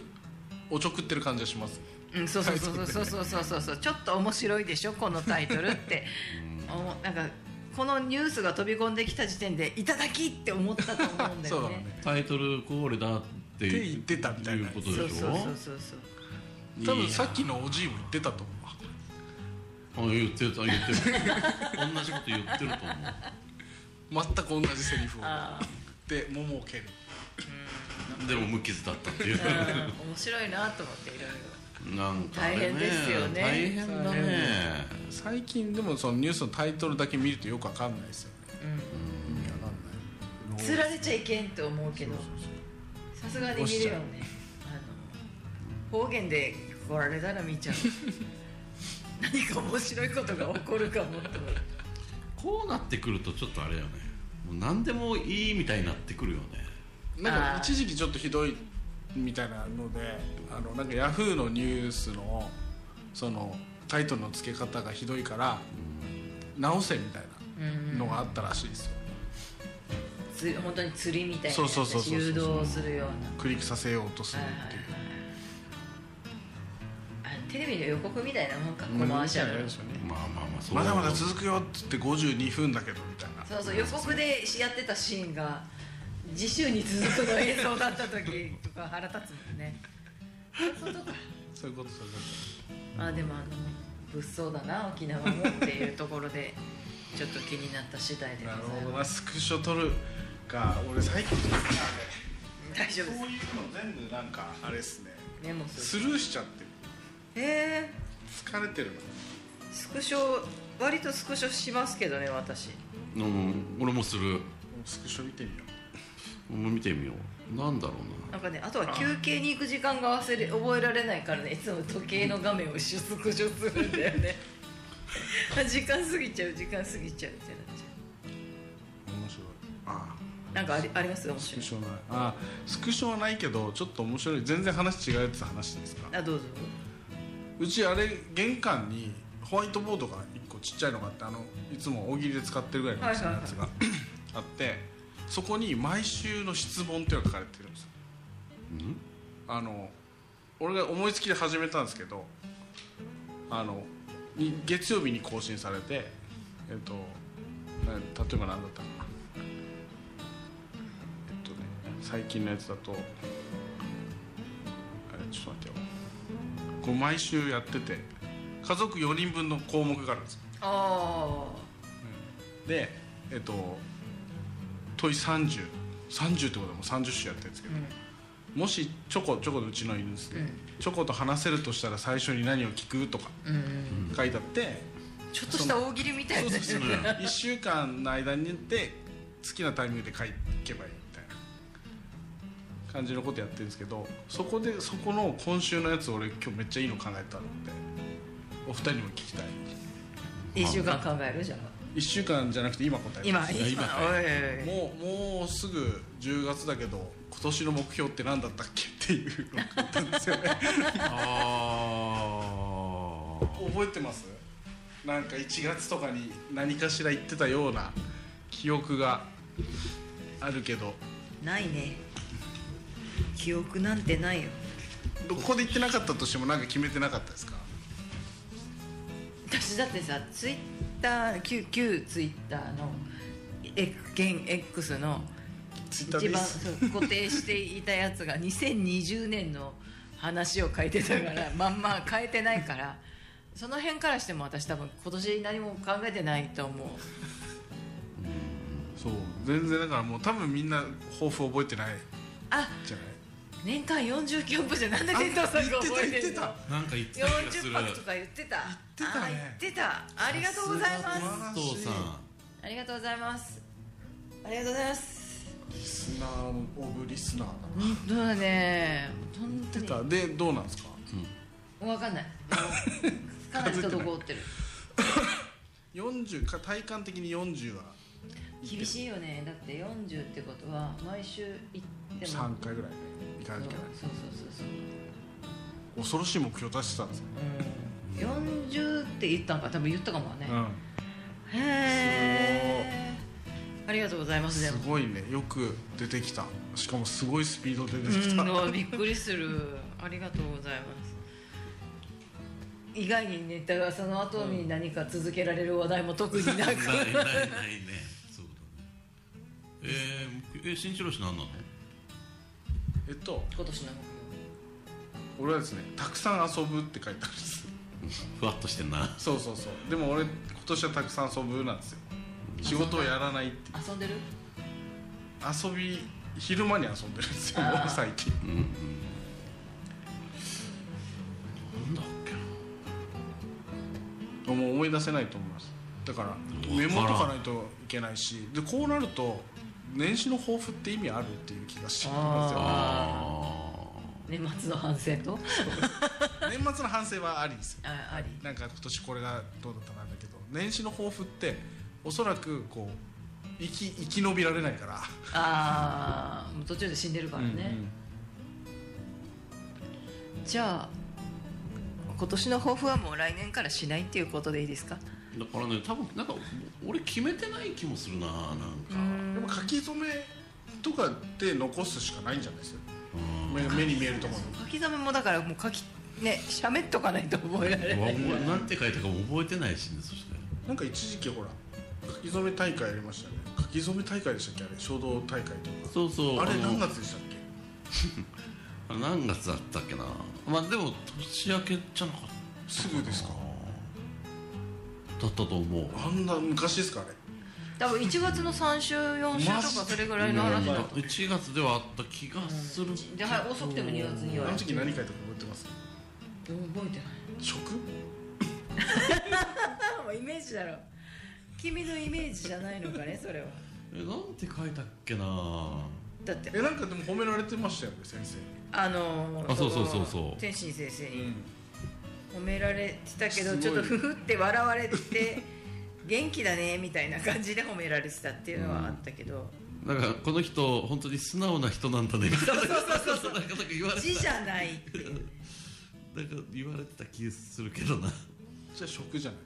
[SPEAKER 2] おちょくってる感じがします
[SPEAKER 1] うん、そうそうそうそうそうそうそうそうちょっと面白いでしょこのタイトルって思うなんかこのニュースが飛び込んできた時点で「いただき!」って思ったと思うんだ
[SPEAKER 2] [LAUGHS] そう
[SPEAKER 1] よ
[SPEAKER 2] だね
[SPEAKER 1] ね。
[SPEAKER 3] タイトルコールだって
[SPEAKER 2] って言ってたみたいな
[SPEAKER 3] いうこと
[SPEAKER 1] そう
[SPEAKER 3] でし
[SPEAKER 1] そ
[SPEAKER 3] ょ
[SPEAKER 1] うそうそうそう
[SPEAKER 2] 多分さっきのおじいも言ってたと思うわ
[SPEAKER 3] あ言ってた言ってる同じこと言ってると思う
[SPEAKER 2] 全く同じセリフを
[SPEAKER 1] ああ
[SPEAKER 2] で桃を蹴る
[SPEAKER 3] でも無傷だったっていう
[SPEAKER 1] うん面白いなと思っていろいろ
[SPEAKER 3] なんかあれ
[SPEAKER 1] 大変ですよね
[SPEAKER 3] 大変だね
[SPEAKER 2] 最近でもそのニュースのタイトルだけ見るとよくわかんないですよね意味わかんない
[SPEAKER 1] 釣られちゃいけんと思うけどさすがに見るよねあの方言で来られたら見 [LAUGHS] ちゃう何か面白いことが起こるかもって思う
[SPEAKER 3] こうなってくるとちょっとあれよねもう何でもいいみたいになってくるよね
[SPEAKER 2] なん
[SPEAKER 1] あー
[SPEAKER 2] か一時期ちょっとひどいみたいなのであのなんかヤフーのニュースのそのタイトルの付け方がひどいから直せみたいなのがあったらしいですよ
[SPEAKER 1] 釣り本当に釣りみたいな
[SPEAKER 2] そうそうそうそう
[SPEAKER 1] 誘導するような
[SPEAKER 2] クリックさせようとする
[SPEAKER 1] は
[SPEAKER 2] っ
[SPEAKER 1] いはい
[SPEAKER 2] ていう
[SPEAKER 1] はいあテレビの予告みたいなもんかコマーシャルの
[SPEAKER 2] ですよね
[SPEAKER 3] まあまあまあそう
[SPEAKER 2] まだまだ続くよっつって52分だけどみたいな
[SPEAKER 1] そうそう予告でやってたシーンが次週に続くの映像だった時とか腹立つもんね
[SPEAKER 2] [LAUGHS]
[SPEAKER 1] そういうことか
[SPEAKER 2] そういうことそういうこ
[SPEAKER 1] あでもあの物騒だな沖縄もっていうところでちょっと気になった次第で
[SPEAKER 2] と
[SPEAKER 1] ござ
[SPEAKER 2] ないるほど
[SPEAKER 1] ま
[SPEAKER 2] な
[SPEAKER 1] す
[SPEAKER 2] スクショ撮るか俺最近なんかね
[SPEAKER 1] 大丈夫
[SPEAKER 2] そう
[SPEAKER 1] で
[SPEAKER 2] いうの全部なんかあれですね
[SPEAKER 1] ねメモす
[SPEAKER 2] ス
[SPEAKER 1] る
[SPEAKER 2] ルーしちゃってる
[SPEAKER 1] え
[SPEAKER 2] 疲れてるの
[SPEAKER 1] ー、スクショ割とスクショしますけどね私
[SPEAKER 3] うん俺もする
[SPEAKER 2] スクショ見てみよ
[SPEAKER 3] 俺も見てみようなんだろう
[SPEAKER 1] なんかねあとは休憩に行く時間が忘れ覚えられないからねいつも時計の画面をスクショするんだよね
[SPEAKER 2] [LAUGHS]
[SPEAKER 1] あ時間過ぎちゃう時間過ぎちゃうってなっちゃ
[SPEAKER 2] う面白いああ
[SPEAKER 1] うなんかありあります面
[SPEAKER 2] ス
[SPEAKER 1] 白い
[SPEAKER 2] クショないあースクショはないけどちょっと面白い全然話違うやつ話していいですか
[SPEAKER 1] あどうぞ
[SPEAKER 2] うちあれ玄関にホワイトボードが1個ちっちゃいのがあってあのいつも大喜利で使ってるぐらいの大きさのやつが、あってそこに毎週の質問っていうのが書かれてるんですよ
[SPEAKER 3] な
[SPEAKER 2] あの俺が思いつきで始めたんですけどあのに月曜日に更新されてえっとな例えば何だったかなえっとね最近のやつだとあれちょっと待ってよこう毎週やってて家族4人分の項目があるんですよ
[SPEAKER 1] あ
[SPEAKER 2] でえっと問い3030ってことはもう30種やってるんですけ
[SPEAKER 1] あ
[SPEAKER 2] ど、もしチョコチョコでうちの犬ですね、
[SPEAKER 1] うん
[SPEAKER 2] チョコと話せるとしたら最初に何を聞くとか
[SPEAKER 1] うん、うん、
[SPEAKER 2] 書いてあって、
[SPEAKER 1] ちょっとした大喜利みたい
[SPEAKER 2] そう
[SPEAKER 1] な
[SPEAKER 2] そうそう1
[SPEAKER 1] [LAUGHS]
[SPEAKER 2] 週間の間にって好きなタイミングで書いていけばいいみたいな感じのことやってるんですけどそこでそこの今週のやつ俺今日めっちゃいいの考えたのでお二人にも聞きたい
[SPEAKER 1] 1週間考えるじゃん
[SPEAKER 2] 1週間じゃなくて今答えて
[SPEAKER 1] 今
[SPEAKER 2] ほしい
[SPEAKER 1] 今
[SPEAKER 3] 今
[SPEAKER 1] おいおいおい
[SPEAKER 2] もうもうすぐ10月だけど今年の目標って何だったっけっていうのを書いたんですよね
[SPEAKER 3] あー
[SPEAKER 2] 覚えてますなんか1月とかに何かしら言ってたような記憶があるけど
[SPEAKER 1] ないね記憶なんてないよ
[SPEAKER 2] どこで言ってなかったとしてもなんか決めてなかったですか
[SPEAKER 1] 私だってさツイッター旧旧ツイッターのえ現 X の
[SPEAKER 2] ツイッタ
[SPEAKER 1] 一
[SPEAKER 2] ーで
[SPEAKER 1] 番
[SPEAKER 2] す
[SPEAKER 1] そう固定していたやつが2020年の話を書いてた
[SPEAKER 2] [LAUGHS]
[SPEAKER 1] からまんま変えてないからその辺からしても私多分今年何も考えてないと思う
[SPEAKER 2] そう全然だからもう多分みんな抱負覚えてない
[SPEAKER 1] あ
[SPEAKER 2] じゃない
[SPEAKER 1] 年間40キャンプじゃなんで天童さんが覚えてるの
[SPEAKER 2] あ
[SPEAKER 3] なんか言ってた気がする
[SPEAKER 1] 40泊とか言ってた
[SPEAKER 2] 言ってた
[SPEAKER 1] あ
[SPEAKER 2] ね
[SPEAKER 1] 言ってたありがとうございます
[SPEAKER 2] す
[SPEAKER 3] お父さん
[SPEAKER 1] ありがとうございますありがとうございます
[SPEAKER 2] リスナーオブリスナーだ
[SPEAKER 1] 本当だね本当
[SPEAKER 2] 出
[SPEAKER 1] に
[SPEAKER 2] たでどうなんですか
[SPEAKER 1] 分かんないかなり滞 [LAUGHS] ってる
[SPEAKER 2] 40か体感的に40は
[SPEAKER 1] 厳しいよねだって40ってことは毎週行ってもそう
[SPEAKER 2] 3回ぐらいね行か
[SPEAKER 1] そう
[SPEAKER 2] なきゃい
[SPEAKER 1] そうそ
[SPEAKER 2] けない
[SPEAKER 1] うそう
[SPEAKER 2] 恐ろしい目標出してたんですよ、
[SPEAKER 1] うん40って言ったんか多分言ったかもね、
[SPEAKER 2] うん
[SPEAKER 1] へえありがとうございますですも
[SPEAKER 2] ごいねよく出てきたしかもすごいスピードで出てきた、
[SPEAKER 1] うんびっくりするありがとうございます意外にネタがその後に何か続けられる話題も特になく
[SPEAKER 3] ないないないねそうだねえーえ新城市何なの
[SPEAKER 2] えっと
[SPEAKER 1] [LAUGHS] 今年の
[SPEAKER 2] 俺はですね「たくさん遊ぶ」って書いてあるんです
[SPEAKER 3] ふわっとしてんな
[SPEAKER 2] そうそうそうでも俺今年はたくさん遊ぶなんですよ仕事をやらないって
[SPEAKER 1] 遊んでる
[SPEAKER 2] 遊び昼間に遊んでるんですよ
[SPEAKER 1] あー
[SPEAKER 2] もう最近
[SPEAKER 3] うんうんなんだっけな
[SPEAKER 2] もう思い出せないと思いますだから
[SPEAKER 3] からん
[SPEAKER 2] メモとかないといけないしでこうなると年始の抱負って意味あるっていう気がしてきますよ
[SPEAKER 3] あ
[SPEAKER 1] 年末の反省と
[SPEAKER 2] 年末の反省はありですよ
[SPEAKER 1] ああり
[SPEAKER 2] なんか今年これがどうだったなんだけど年始の抱負っておそらくこう生き生き延びられないから
[SPEAKER 1] ああもう途中で死んでるからね、じゃあ今年の抱負はもう来年からしないっていうことでいいですか
[SPEAKER 3] ーだからね多分なんか俺決めてない気もするななんか
[SPEAKER 2] でも書き初めとかで残すしかないんじゃないですか
[SPEAKER 3] うん
[SPEAKER 2] 目目に見えるところに
[SPEAKER 1] 書き初めもだからもう書きね喋っとかないと覚えられ
[SPEAKER 3] うわ
[SPEAKER 1] ない
[SPEAKER 3] 俺なんて書いたかも覚えてないしねそして
[SPEAKER 2] なんか一時期ほら書き初め大会やりましたよね書き初め大会でしたっけあれ衝動大会とか
[SPEAKER 3] そうそう
[SPEAKER 2] あれ
[SPEAKER 3] の
[SPEAKER 2] 何月でしたっけ
[SPEAKER 3] あれ何月だったっけなまあでも年明けじゃなかった
[SPEAKER 2] すぐですか
[SPEAKER 3] だったと思う
[SPEAKER 2] あんな昔ですかあれ
[SPEAKER 1] 多分1月の3週4週とかそれぐらいの話だと
[SPEAKER 3] 1月ではあった気がする
[SPEAKER 1] ではい遅くても2月に
[SPEAKER 2] あ
[SPEAKER 1] は
[SPEAKER 2] の時何書いたか覚えてってます
[SPEAKER 1] 覚えてない
[SPEAKER 2] 食
[SPEAKER 1] あもうイメージだろ君のイメージじゃないのかねそれは
[SPEAKER 3] えなんて書いたっけな
[SPEAKER 1] だって
[SPEAKER 2] えなんかでも褒められてましたよね先生
[SPEAKER 1] あのー
[SPEAKER 3] あそうそう
[SPEAKER 1] の
[SPEAKER 3] そうそう
[SPEAKER 1] 天心先生
[SPEAKER 2] う
[SPEAKER 1] に
[SPEAKER 2] ん
[SPEAKER 1] 褒められてたけど
[SPEAKER 2] すごい
[SPEAKER 1] ちょっとふふって笑われて [LAUGHS] 元気だねみたいな感じで褒められてたっていうのはあったけど、
[SPEAKER 3] なんかこの人本当に素直な人なん
[SPEAKER 1] [LAUGHS]
[SPEAKER 3] だねみたいななんかなんか言われて
[SPEAKER 1] 字じ
[SPEAKER 3] た
[SPEAKER 1] ゃないっていう
[SPEAKER 3] なんか言われてた気するけどな
[SPEAKER 2] じゃあ食じゃな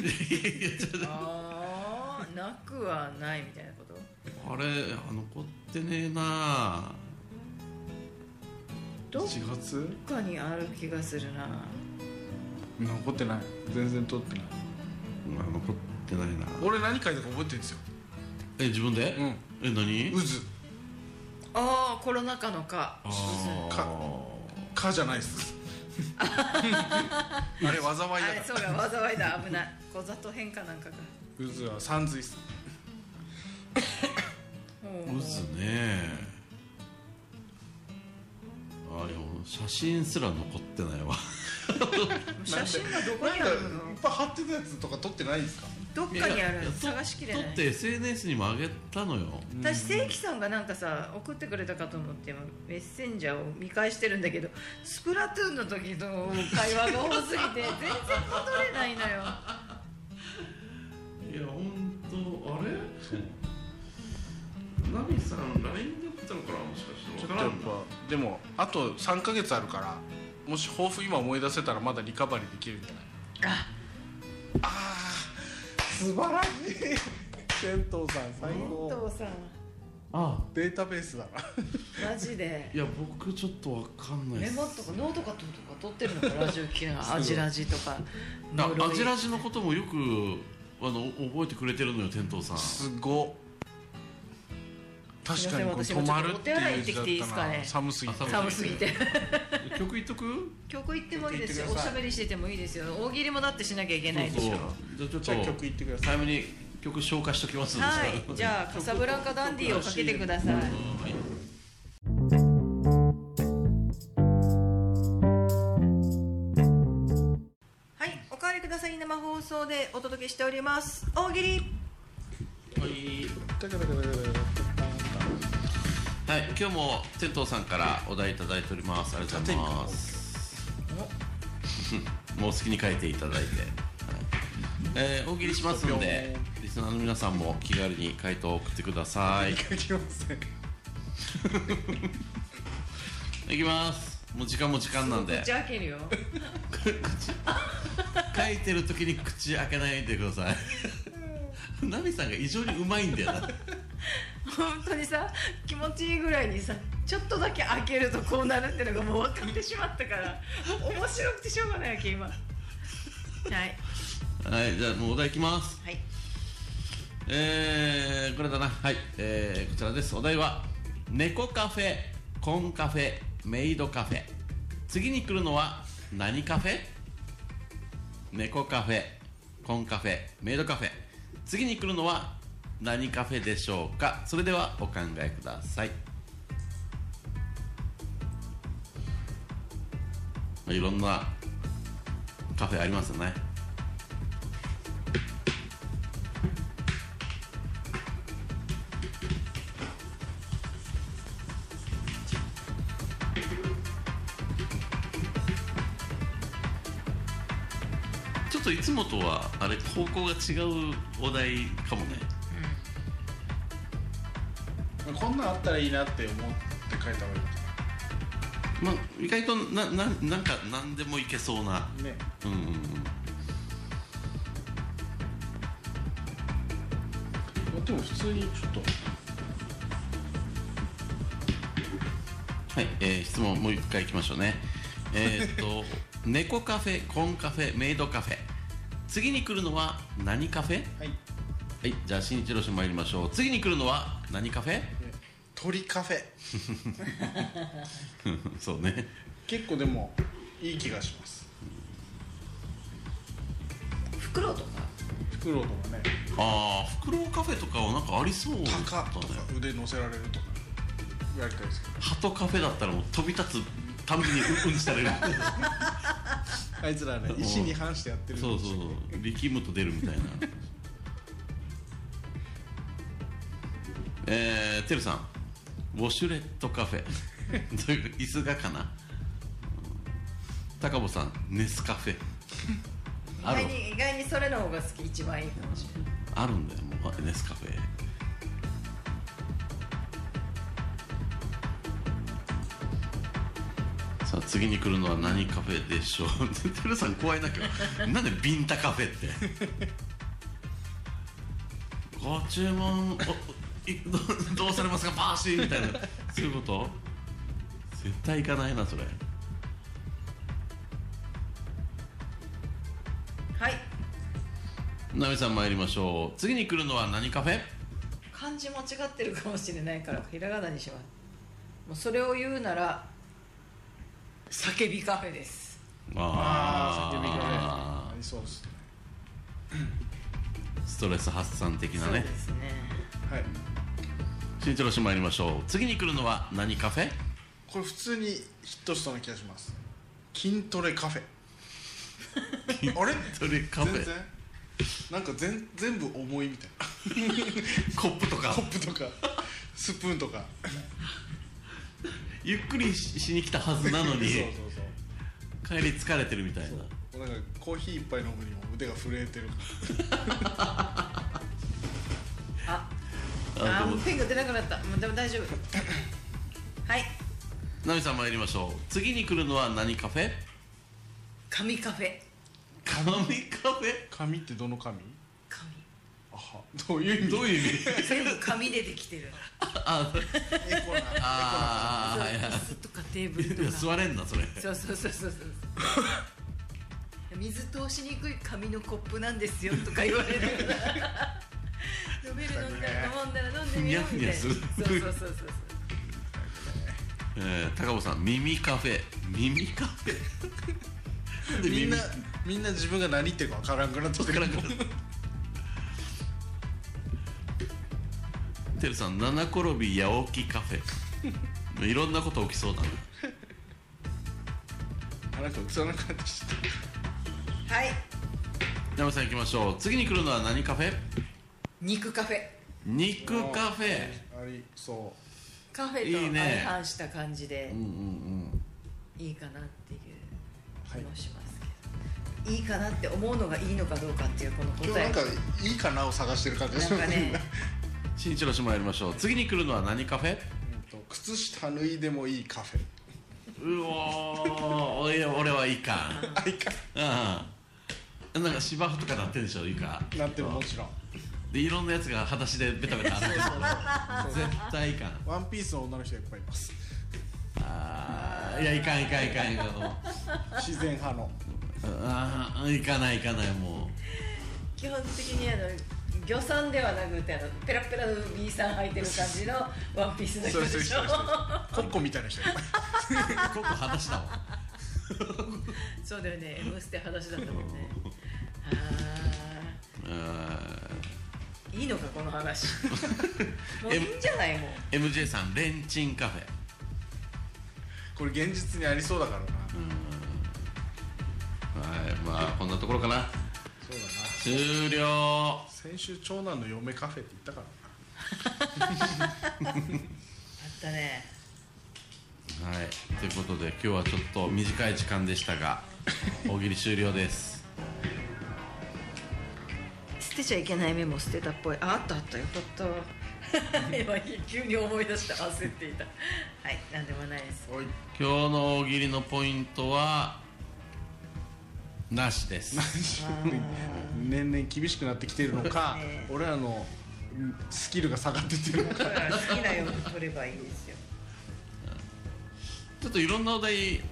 [SPEAKER 2] い
[SPEAKER 3] いやいやちょっと
[SPEAKER 1] ああなくはないみたいなこと
[SPEAKER 3] あれあ残ってねえな
[SPEAKER 1] どっ
[SPEAKER 2] 1月
[SPEAKER 1] かにある気がするな
[SPEAKER 2] 残ってない全然取ってない
[SPEAKER 3] まあ残ってないな
[SPEAKER 2] 俺何書いたか覚えてるんですよ
[SPEAKER 3] え自分で、
[SPEAKER 2] うん
[SPEAKER 3] え何
[SPEAKER 2] 渦
[SPEAKER 1] ああコロナ禍のか
[SPEAKER 3] あ
[SPEAKER 2] か
[SPEAKER 3] あ
[SPEAKER 2] かじゃないっす [LAUGHS] あれ
[SPEAKER 1] あ
[SPEAKER 2] 災いだ
[SPEAKER 1] れ
[SPEAKER 2] か
[SPEAKER 1] そうだ災いだ危ない小里変化なんかが
[SPEAKER 2] ら渦は三髄っす
[SPEAKER 1] ほう
[SPEAKER 3] うずねああでも写真すら残ってないわ
[SPEAKER 1] 写真がどこ
[SPEAKER 2] なん
[SPEAKER 1] にあ
[SPEAKER 2] かい
[SPEAKER 1] る
[SPEAKER 2] っ
[SPEAKER 1] の
[SPEAKER 2] ぱい貼ってたやつとか取ってないんですか
[SPEAKER 1] どっかにあ
[SPEAKER 3] いやい
[SPEAKER 1] る
[SPEAKER 3] や
[SPEAKER 1] 探しきれ
[SPEAKER 3] 撮
[SPEAKER 1] な
[SPEAKER 3] っ
[SPEAKER 1] い
[SPEAKER 3] て SNS にも上げたのよ
[SPEAKER 1] 私正規さんがなんかさ送ってくれたかと思って今メッセンジャーを見返してるんだけどスプラトゥーンの時の会話が多すぎて全然戻れないのよ
[SPEAKER 3] いや本当あれナミさん LINE で送ったのかなもしかして
[SPEAKER 2] ちょっとやっぱでもあと3ヶ月あるからもし抱負今思い出せたらまだリカバリーできるんじゃない
[SPEAKER 1] あ
[SPEAKER 2] あー素晴らしい天童さん最
[SPEAKER 1] 遠藤さん
[SPEAKER 3] あ
[SPEAKER 2] データベースだな
[SPEAKER 1] マジで
[SPEAKER 3] いや僕ちょっとわかんないっ
[SPEAKER 1] メ
[SPEAKER 3] す
[SPEAKER 1] モとかノートかとか取ってるのかラジオ機能
[SPEAKER 2] い
[SPEAKER 1] アジラジとか
[SPEAKER 3] あ
[SPEAKER 1] 呪い
[SPEAKER 3] アジラジのこともよくあの覚えてくれてるのよ天
[SPEAKER 1] [LAUGHS]
[SPEAKER 3] 童さん
[SPEAKER 2] すごっ確かにこれ
[SPEAKER 1] すいません
[SPEAKER 2] 止まるっていう
[SPEAKER 1] 私もちょっとお手洗い行ってきていい
[SPEAKER 2] 字
[SPEAKER 1] で
[SPEAKER 2] だ
[SPEAKER 1] す
[SPEAKER 2] っ
[SPEAKER 1] か
[SPEAKER 2] た
[SPEAKER 1] ね
[SPEAKER 2] な寒すぎて
[SPEAKER 3] あ
[SPEAKER 1] 寒すぎて
[SPEAKER 3] 曲言っとく
[SPEAKER 1] 曲行ってもいいですよ
[SPEAKER 2] 曲行ってく
[SPEAKER 1] お
[SPEAKER 2] だ
[SPEAKER 1] し
[SPEAKER 2] さ
[SPEAKER 1] ゃ
[SPEAKER 2] い
[SPEAKER 1] べりしててもいいですよ大喜利もだってしなきゃいけないでしょ
[SPEAKER 3] そうそうじ
[SPEAKER 2] じ
[SPEAKER 3] ゃ
[SPEAKER 2] ゃ
[SPEAKER 3] あ
[SPEAKER 2] あ
[SPEAKER 3] ちょっと
[SPEAKER 2] 曲言ってください
[SPEAKER 3] 早めに曲紹介しときますんで
[SPEAKER 1] はいじゃあカサブランカダンディーをかけてください
[SPEAKER 3] はい
[SPEAKER 1] はいおかわりください生放送でお届けしております大喜利
[SPEAKER 3] はい
[SPEAKER 2] だからだからだから
[SPEAKER 3] はい、今日も天童さんからお題いただいております。ありがとうございます。もう好きに書いていただいて、はいえー大喜利しますので、リスナーの皆さんも気軽に回答を送ってくださ
[SPEAKER 2] [LAUGHS]
[SPEAKER 3] い。
[SPEAKER 2] 書きません
[SPEAKER 3] いきます。もう時間も時間なんで、
[SPEAKER 1] 口開けるよ
[SPEAKER 3] 書いてる時に口開けないでくださ
[SPEAKER 1] [LAUGHS]
[SPEAKER 3] い。ナミさんが異常にうまいんだよな。
[SPEAKER 1] [LAUGHS] 本当にさ気持ちいいぐらいにさちょっとだけ開けるとこうなるってのがもう分かってしまったから面白くてしょうがないわけ今はい
[SPEAKER 3] はい、じゃあもうお題いきます。
[SPEAKER 1] はい
[SPEAKER 3] えー、これだなはい、えー、こちらですお題は猫カフェコンカフェメイドカフェ次に来るのは何カフェ猫カフェコンカフェメイドカフェ次に来るのは何カフェでしょうかそれではお考えくださいまあいろんなカフェありますよねちょっといつもとはあれ方向が違うお題かもね
[SPEAKER 2] こんなんあったらいいなって思って書いた方がい
[SPEAKER 3] まあ意外となななんか何でもいけそうない
[SPEAKER 2] ね
[SPEAKER 3] うんうんうん
[SPEAKER 2] でも普通にちょっと
[SPEAKER 3] はい、えー質問もう一回いきましょ [LAUGHS] うねえーっと猫カフェコンカフェメイドカフェ次に来るのは何カフェ
[SPEAKER 2] はい
[SPEAKER 3] はいじゃあ新一郎氏参りましょう次に来るのは何カフェ
[SPEAKER 2] 鳥カフェ
[SPEAKER 3] [LAUGHS] そうね
[SPEAKER 2] 結構でもいい気がします
[SPEAKER 1] フクロウとか
[SPEAKER 2] フクロウとかね
[SPEAKER 3] ああフクロウカフェとかはなんかありそうだ
[SPEAKER 2] 鷹とか
[SPEAKER 3] ね
[SPEAKER 2] 腕乗せられるとかやりたいですけど
[SPEAKER 3] ハトカフェだったらもう飛び立つ完璧にううんちされる
[SPEAKER 2] あいつらね
[SPEAKER 3] うん
[SPEAKER 2] 意思に反してやってる
[SPEAKER 3] そうそうそう力むと出るみたいなえー、てるさんウォシュレットカフェ [LAUGHS] どういう椅子がかな高坊さんネスカフェ
[SPEAKER 1] 意
[SPEAKER 3] ある
[SPEAKER 1] 外に意外にそれの方が好き一番いいかもしれない
[SPEAKER 3] あるんだよもうネスカフェさあ次に来るのは何カフェでしょうテルさん怖いなき
[SPEAKER 2] [LAUGHS]
[SPEAKER 3] ゃなんでビンタカフェってご注文おいどどうされますかパーシーみたいなそういうこと絶対行かないなそれ
[SPEAKER 1] はい
[SPEAKER 3] ナミさん参りましょう次に来るのは何カフェ
[SPEAKER 1] 漢字間違ってるかもしれないからひらがなにしますもうそれを言うなら叫びカフェです
[SPEAKER 2] ああ叫びがね
[SPEAKER 3] あ
[SPEAKER 2] ありそうですね
[SPEAKER 3] ーストレス発散的な
[SPEAKER 1] そうで
[SPEAKER 3] ね
[SPEAKER 1] すね
[SPEAKER 2] はい
[SPEAKER 3] 新一郎氏参りましょう次に来るのは何カフェ
[SPEAKER 2] これ普通にヒットしそうな気がします筋トレカフェ [LAUGHS] あれ
[SPEAKER 3] それカフ
[SPEAKER 2] 全
[SPEAKER 3] ェ
[SPEAKER 2] 然なんか全全部重いみたいな
[SPEAKER 3] [LAUGHS] コップとか
[SPEAKER 2] コップとかスプーンとか
[SPEAKER 3] ゆっくりししに来たはずなのに
[SPEAKER 2] そうそう
[SPEAKER 3] 帰り疲れてるみたいな
[SPEAKER 2] そうなんかコーヒー一杯飲むにも腕が震えてる
[SPEAKER 1] あ
[SPEAKER 3] あ
[SPEAKER 1] あ
[SPEAKER 3] で
[SPEAKER 1] も
[SPEAKER 3] も
[SPEAKER 1] うペンが出なくなったもうでも大丈夫
[SPEAKER 3] [LAUGHS]
[SPEAKER 1] はい
[SPEAKER 3] ナミさん参りましょう次に来るのは何カフェ
[SPEAKER 1] 神カフェ
[SPEAKER 3] 神カフェ
[SPEAKER 2] 紙ってどの紙
[SPEAKER 1] 神
[SPEAKER 2] あはどういう意味
[SPEAKER 3] どういう意味
[SPEAKER 1] 全部紙でできてる
[SPEAKER 3] あ
[SPEAKER 2] エコな
[SPEAKER 3] [LAUGHS] ああはいは
[SPEAKER 1] 椅子とかテーブル
[SPEAKER 3] いいや
[SPEAKER 1] とか
[SPEAKER 3] 座れんなそれ
[SPEAKER 1] そうそうそうそうそう [LAUGHS] 水通しにくい紙のコップなんですよとか言われ
[SPEAKER 3] [LAUGHS]
[SPEAKER 1] る飲める飲んだら飲んだら飲んでみよう
[SPEAKER 3] [LAUGHS]
[SPEAKER 1] みたいな
[SPEAKER 3] ふにゃふにゃする
[SPEAKER 1] そうそうそうそう
[SPEAKER 3] えー高尾さん耳カフェ耳カフェなん
[SPEAKER 2] [LAUGHS]
[SPEAKER 3] で
[SPEAKER 2] みん
[SPEAKER 3] 耳
[SPEAKER 2] なみんな自分が何言ってるかわからんくなってきてる
[SPEAKER 3] わからんくな [LAUGHS] てるさん七転び八起きカフェいろんなこと起きそうだな
[SPEAKER 2] あなんか映らなくなってきた
[SPEAKER 1] はい
[SPEAKER 3] 山さん行きましょう次に来るのは何カフェ
[SPEAKER 1] 肉カフェ
[SPEAKER 3] 肉カフェ
[SPEAKER 2] ありそ
[SPEAKER 1] カフェ
[SPEAKER 3] いい
[SPEAKER 1] と
[SPEAKER 3] ね
[SPEAKER 1] 相反した感じで
[SPEAKER 3] うんうん
[SPEAKER 1] いいかなっていう
[SPEAKER 2] うはい
[SPEAKER 1] 気もしますけど、い、いかなって思うのがいいのかどうかっていうこの答
[SPEAKER 2] 今日な
[SPEAKER 1] え
[SPEAKER 2] んかいいかなを探してる感じがします
[SPEAKER 1] なんかね
[SPEAKER 3] うん新一郎氏参りましょう次に来るのは何カフェ
[SPEAKER 2] うんと靴下脱いでもいいカフェ
[SPEAKER 3] うおーいや俺はいいか
[SPEAKER 2] あいいか
[SPEAKER 3] うんなんか芝生とかなってんでしょいいか
[SPEAKER 2] なってももちろん
[SPEAKER 3] でいろんなやつが裸足でベタベタ歩いてる絶対いかん
[SPEAKER 2] ワンピースの女の人がいっぱいいます
[SPEAKER 3] あーいやいかんいかんいかんいかんもう
[SPEAKER 2] 自然派の
[SPEAKER 3] ああいかないいかないも
[SPEAKER 1] 基本的にあの魚さんではなくてあのペラペラの B さん履いてる感じのワンピースの人
[SPEAKER 2] そう
[SPEAKER 1] で
[SPEAKER 2] そう
[SPEAKER 1] し
[SPEAKER 2] そ
[SPEAKER 1] ょ
[SPEAKER 2] う [LAUGHS] コッコみたいな人がいっぱいう
[SPEAKER 3] ここ裸足だわ
[SPEAKER 1] そうだよね「M ステ」裸足だったもんねあ
[SPEAKER 3] うーん
[SPEAKER 1] ーいいのかこの話もういいんじゃないもう
[SPEAKER 3] MJ さんレンチンカフェ
[SPEAKER 2] これ現実にありそうだからな
[SPEAKER 3] はいまあこんなところかな
[SPEAKER 2] そうだな
[SPEAKER 3] 終了
[SPEAKER 2] 先週長男の嫁カフェって言ったからな
[SPEAKER 1] あったね
[SPEAKER 3] はい、ということで今日はちょっと短い時間でしたが大喜利終了です [LAUGHS]
[SPEAKER 1] 捨てちゃいけないメモ捨てたっぽいああったあったよかった今急に思い出した焦っていたはいなんでもないです
[SPEAKER 2] おい
[SPEAKER 3] 今日の大喜利のポイントはなしです
[SPEAKER 2] 年々厳しくなってきてるのか
[SPEAKER 1] ね
[SPEAKER 2] 俺らのうんスキルが下がってってるの
[SPEAKER 1] だ
[SPEAKER 2] か
[SPEAKER 1] から好きなように取ればいいんですよ
[SPEAKER 3] ちょっといろんなお題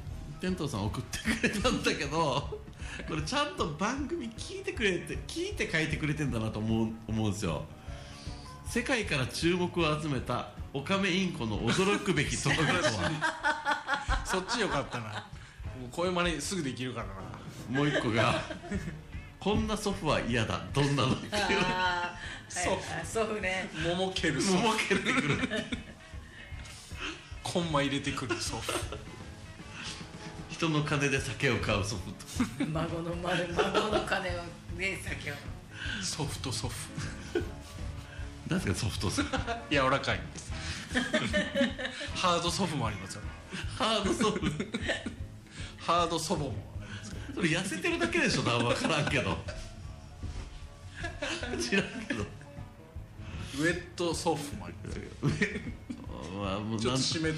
[SPEAKER 3] 天童さん送ってくれたんだけどこれちゃんと番組聞いてくれて聞いて書いてくれてんだなと思う思うんですよ世界から注目を集めたオカメインコの驚くべき特技とは [LAUGHS]
[SPEAKER 2] そっちよかったなもうこういう真似すぐできるからな
[SPEAKER 3] もう一個が「こんな祖父は嫌だどんなの?」っていう
[SPEAKER 1] ああ
[SPEAKER 2] そう
[SPEAKER 1] はい、そうそうね
[SPEAKER 2] 桃蹴る
[SPEAKER 3] ももけてくる
[SPEAKER 2] コンマ入れてくるそう
[SPEAKER 3] 人の金で酒を買うソフト
[SPEAKER 1] 孫の丸孫の金をね先を
[SPEAKER 2] ソフトソフ
[SPEAKER 3] 何ですかソフトさ
[SPEAKER 2] 柔らかいんですハードソフもありますよね
[SPEAKER 3] ハードソフト
[SPEAKER 2] ハードソボもあります
[SPEAKER 3] それ痩せてるだけでしょな分からんけ [LAUGHS] ど知らんけど
[SPEAKER 2] ウェットソフもありますよ
[SPEAKER 3] まあもう
[SPEAKER 2] ちょっ
[SPEAKER 3] なん
[SPEAKER 2] と
[SPEAKER 3] ち
[SPEAKER 2] 湿ってる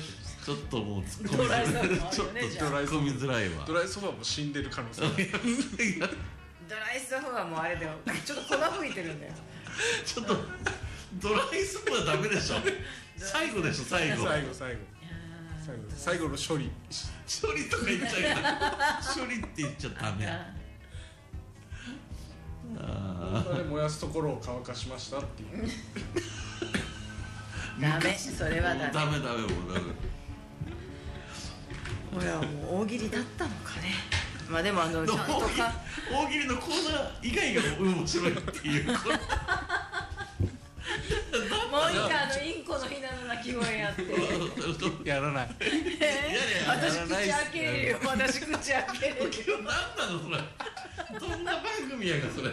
[SPEAKER 3] ょっともう突っ込み
[SPEAKER 1] ド
[SPEAKER 3] づ
[SPEAKER 1] ラ
[SPEAKER 3] ら
[SPEAKER 1] イ
[SPEAKER 3] い
[SPEAKER 1] ソフトもある
[SPEAKER 3] ちょ
[SPEAKER 1] よ
[SPEAKER 3] っと
[SPEAKER 1] ねじ
[SPEAKER 3] 突
[SPEAKER 1] ゃあ
[SPEAKER 3] っ込みづらいわ
[SPEAKER 2] ドライソファも死んでる可能性がある
[SPEAKER 3] いや
[SPEAKER 1] ドライスフはもうあれだよちょっと粉吹いてるんだよ
[SPEAKER 3] ちょっとドライスプーンはダメでしょ最後でしょ最
[SPEAKER 2] 最
[SPEAKER 3] 後
[SPEAKER 2] 後最後最後最後の処理
[SPEAKER 3] 処理とか言っちゃうけど処理って言っちゃダメやあ
[SPEAKER 2] それ燃やすところを乾かしましたっていう
[SPEAKER 3] ー
[SPEAKER 1] ダメ
[SPEAKER 3] 昔
[SPEAKER 1] それはダメ
[SPEAKER 3] もうダメダメもうダメ
[SPEAKER 1] ほらもう大喜利だったのかねまあでも [LAUGHS] あのちゃんと
[SPEAKER 3] 大喜利
[SPEAKER 1] か
[SPEAKER 3] 大喜利のコーナー以外が面白いっていうこれ
[SPEAKER 1] もういいかあのインコのひなの鳴き声やって
[SPEAKER 2] やらない
[SPEAKER 1] 私
[SPEAKER 2] やら
[SPEAKER 1] 口
[SPEAKER 2] ないっすね
[SPEAKER 1] 開けるよ私口開けるよ
[SPEAKER 3] 何なのそれどんな番組やかそれ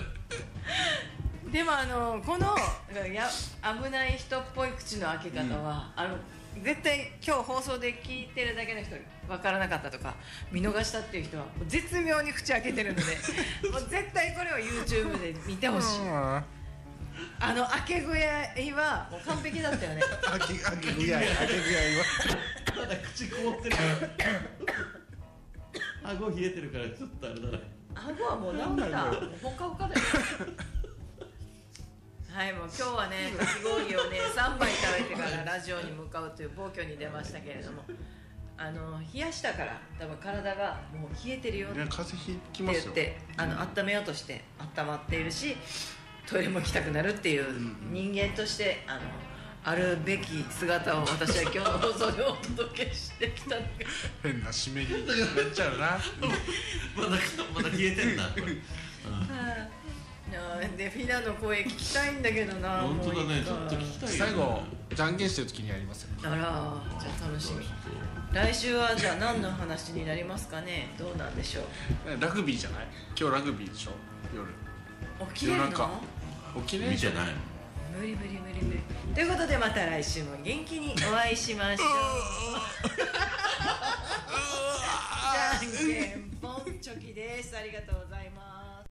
[SPEAKER 1] でもあのこのや危ない人っぽい口の開け方は、あの絶対今日放送で聞いてるだけの人分からなかったとか見逃したっていう人は絶妙に口開けてるの [LAUGHS] でもう絶対これを YouTube で見てほしい
[SPEAKER 2] あ
[SPEAKER 1] あの開け具合はもう完璧だったよね
[SPEAKER 2] あきあき具合あき具
[SPEAKER 3] まだ口凍
[SPEAKER 1] [LAUGHS]
[SPEAKER 3] ってるから顎冷えてるからちょっとあれだな
[SPEAKER 1] 顎はもう治ったもうほかほかだよはいもう今日はねかき氷をね3杯食べてからラジオに向かうという暴挙に出ましたけれどもあの冷やしたから多分体がもう冷えてるよって
[SPEAKER 2] いや風邪ひきま
[SPEAKER 1] 言
[SPEAKER 2] す
[SPEAKER 1] っ
[SPEAKER 2] よ
[SPEAKER 1] てあの温めようとして温まっているしトイレも行きたくなるっていう人間としてあのあるべき姿を私は今日の放送でお届けしてきたのが
[SPEAKER 2] 変な締めになっちゃうな
[SPEAKER 3] まだまだ冷えてんなこれ
[SPEAKER 1] あーでフィナの声聞きたいんだけどな
[SPEAKER 3] 本当だ
[SPEAKER 1] もうい
[SPEAKER 3] ね
[SPEAKER 1] い
[SPEAKER 3] ち
[SPEAKER 1] か
[SPEAKER 3] ょっと聞きたい
[SPEAKER 2] 最
[SPEAKER 3] よね
[SPEAKER 2] 後じゃんけんしてる時にやりますよ
[SPEAKER 1] あらじゃあ楽しみ来週はじゃあ何の話になりますかねどうなんでしょう
[SPEAKER 2] ラグビーじゃない今日ラグビーでしょ夜
[SPEAKER 1] 起きれるの
[SPEAKER 2] 夜中起きねえ
[SPEAKER 3] 見
[SPEAKER 2] じ [LAUGHS]
[SPEAKER 3] て
[SPEAKER 2] ゃん
[SPEAKER 3] ないもん
[SPEAKER 1] 無理無理無理無理ということでまた来週も元気にお会いしましょうじゃんけんぽんチョキですありがとうございます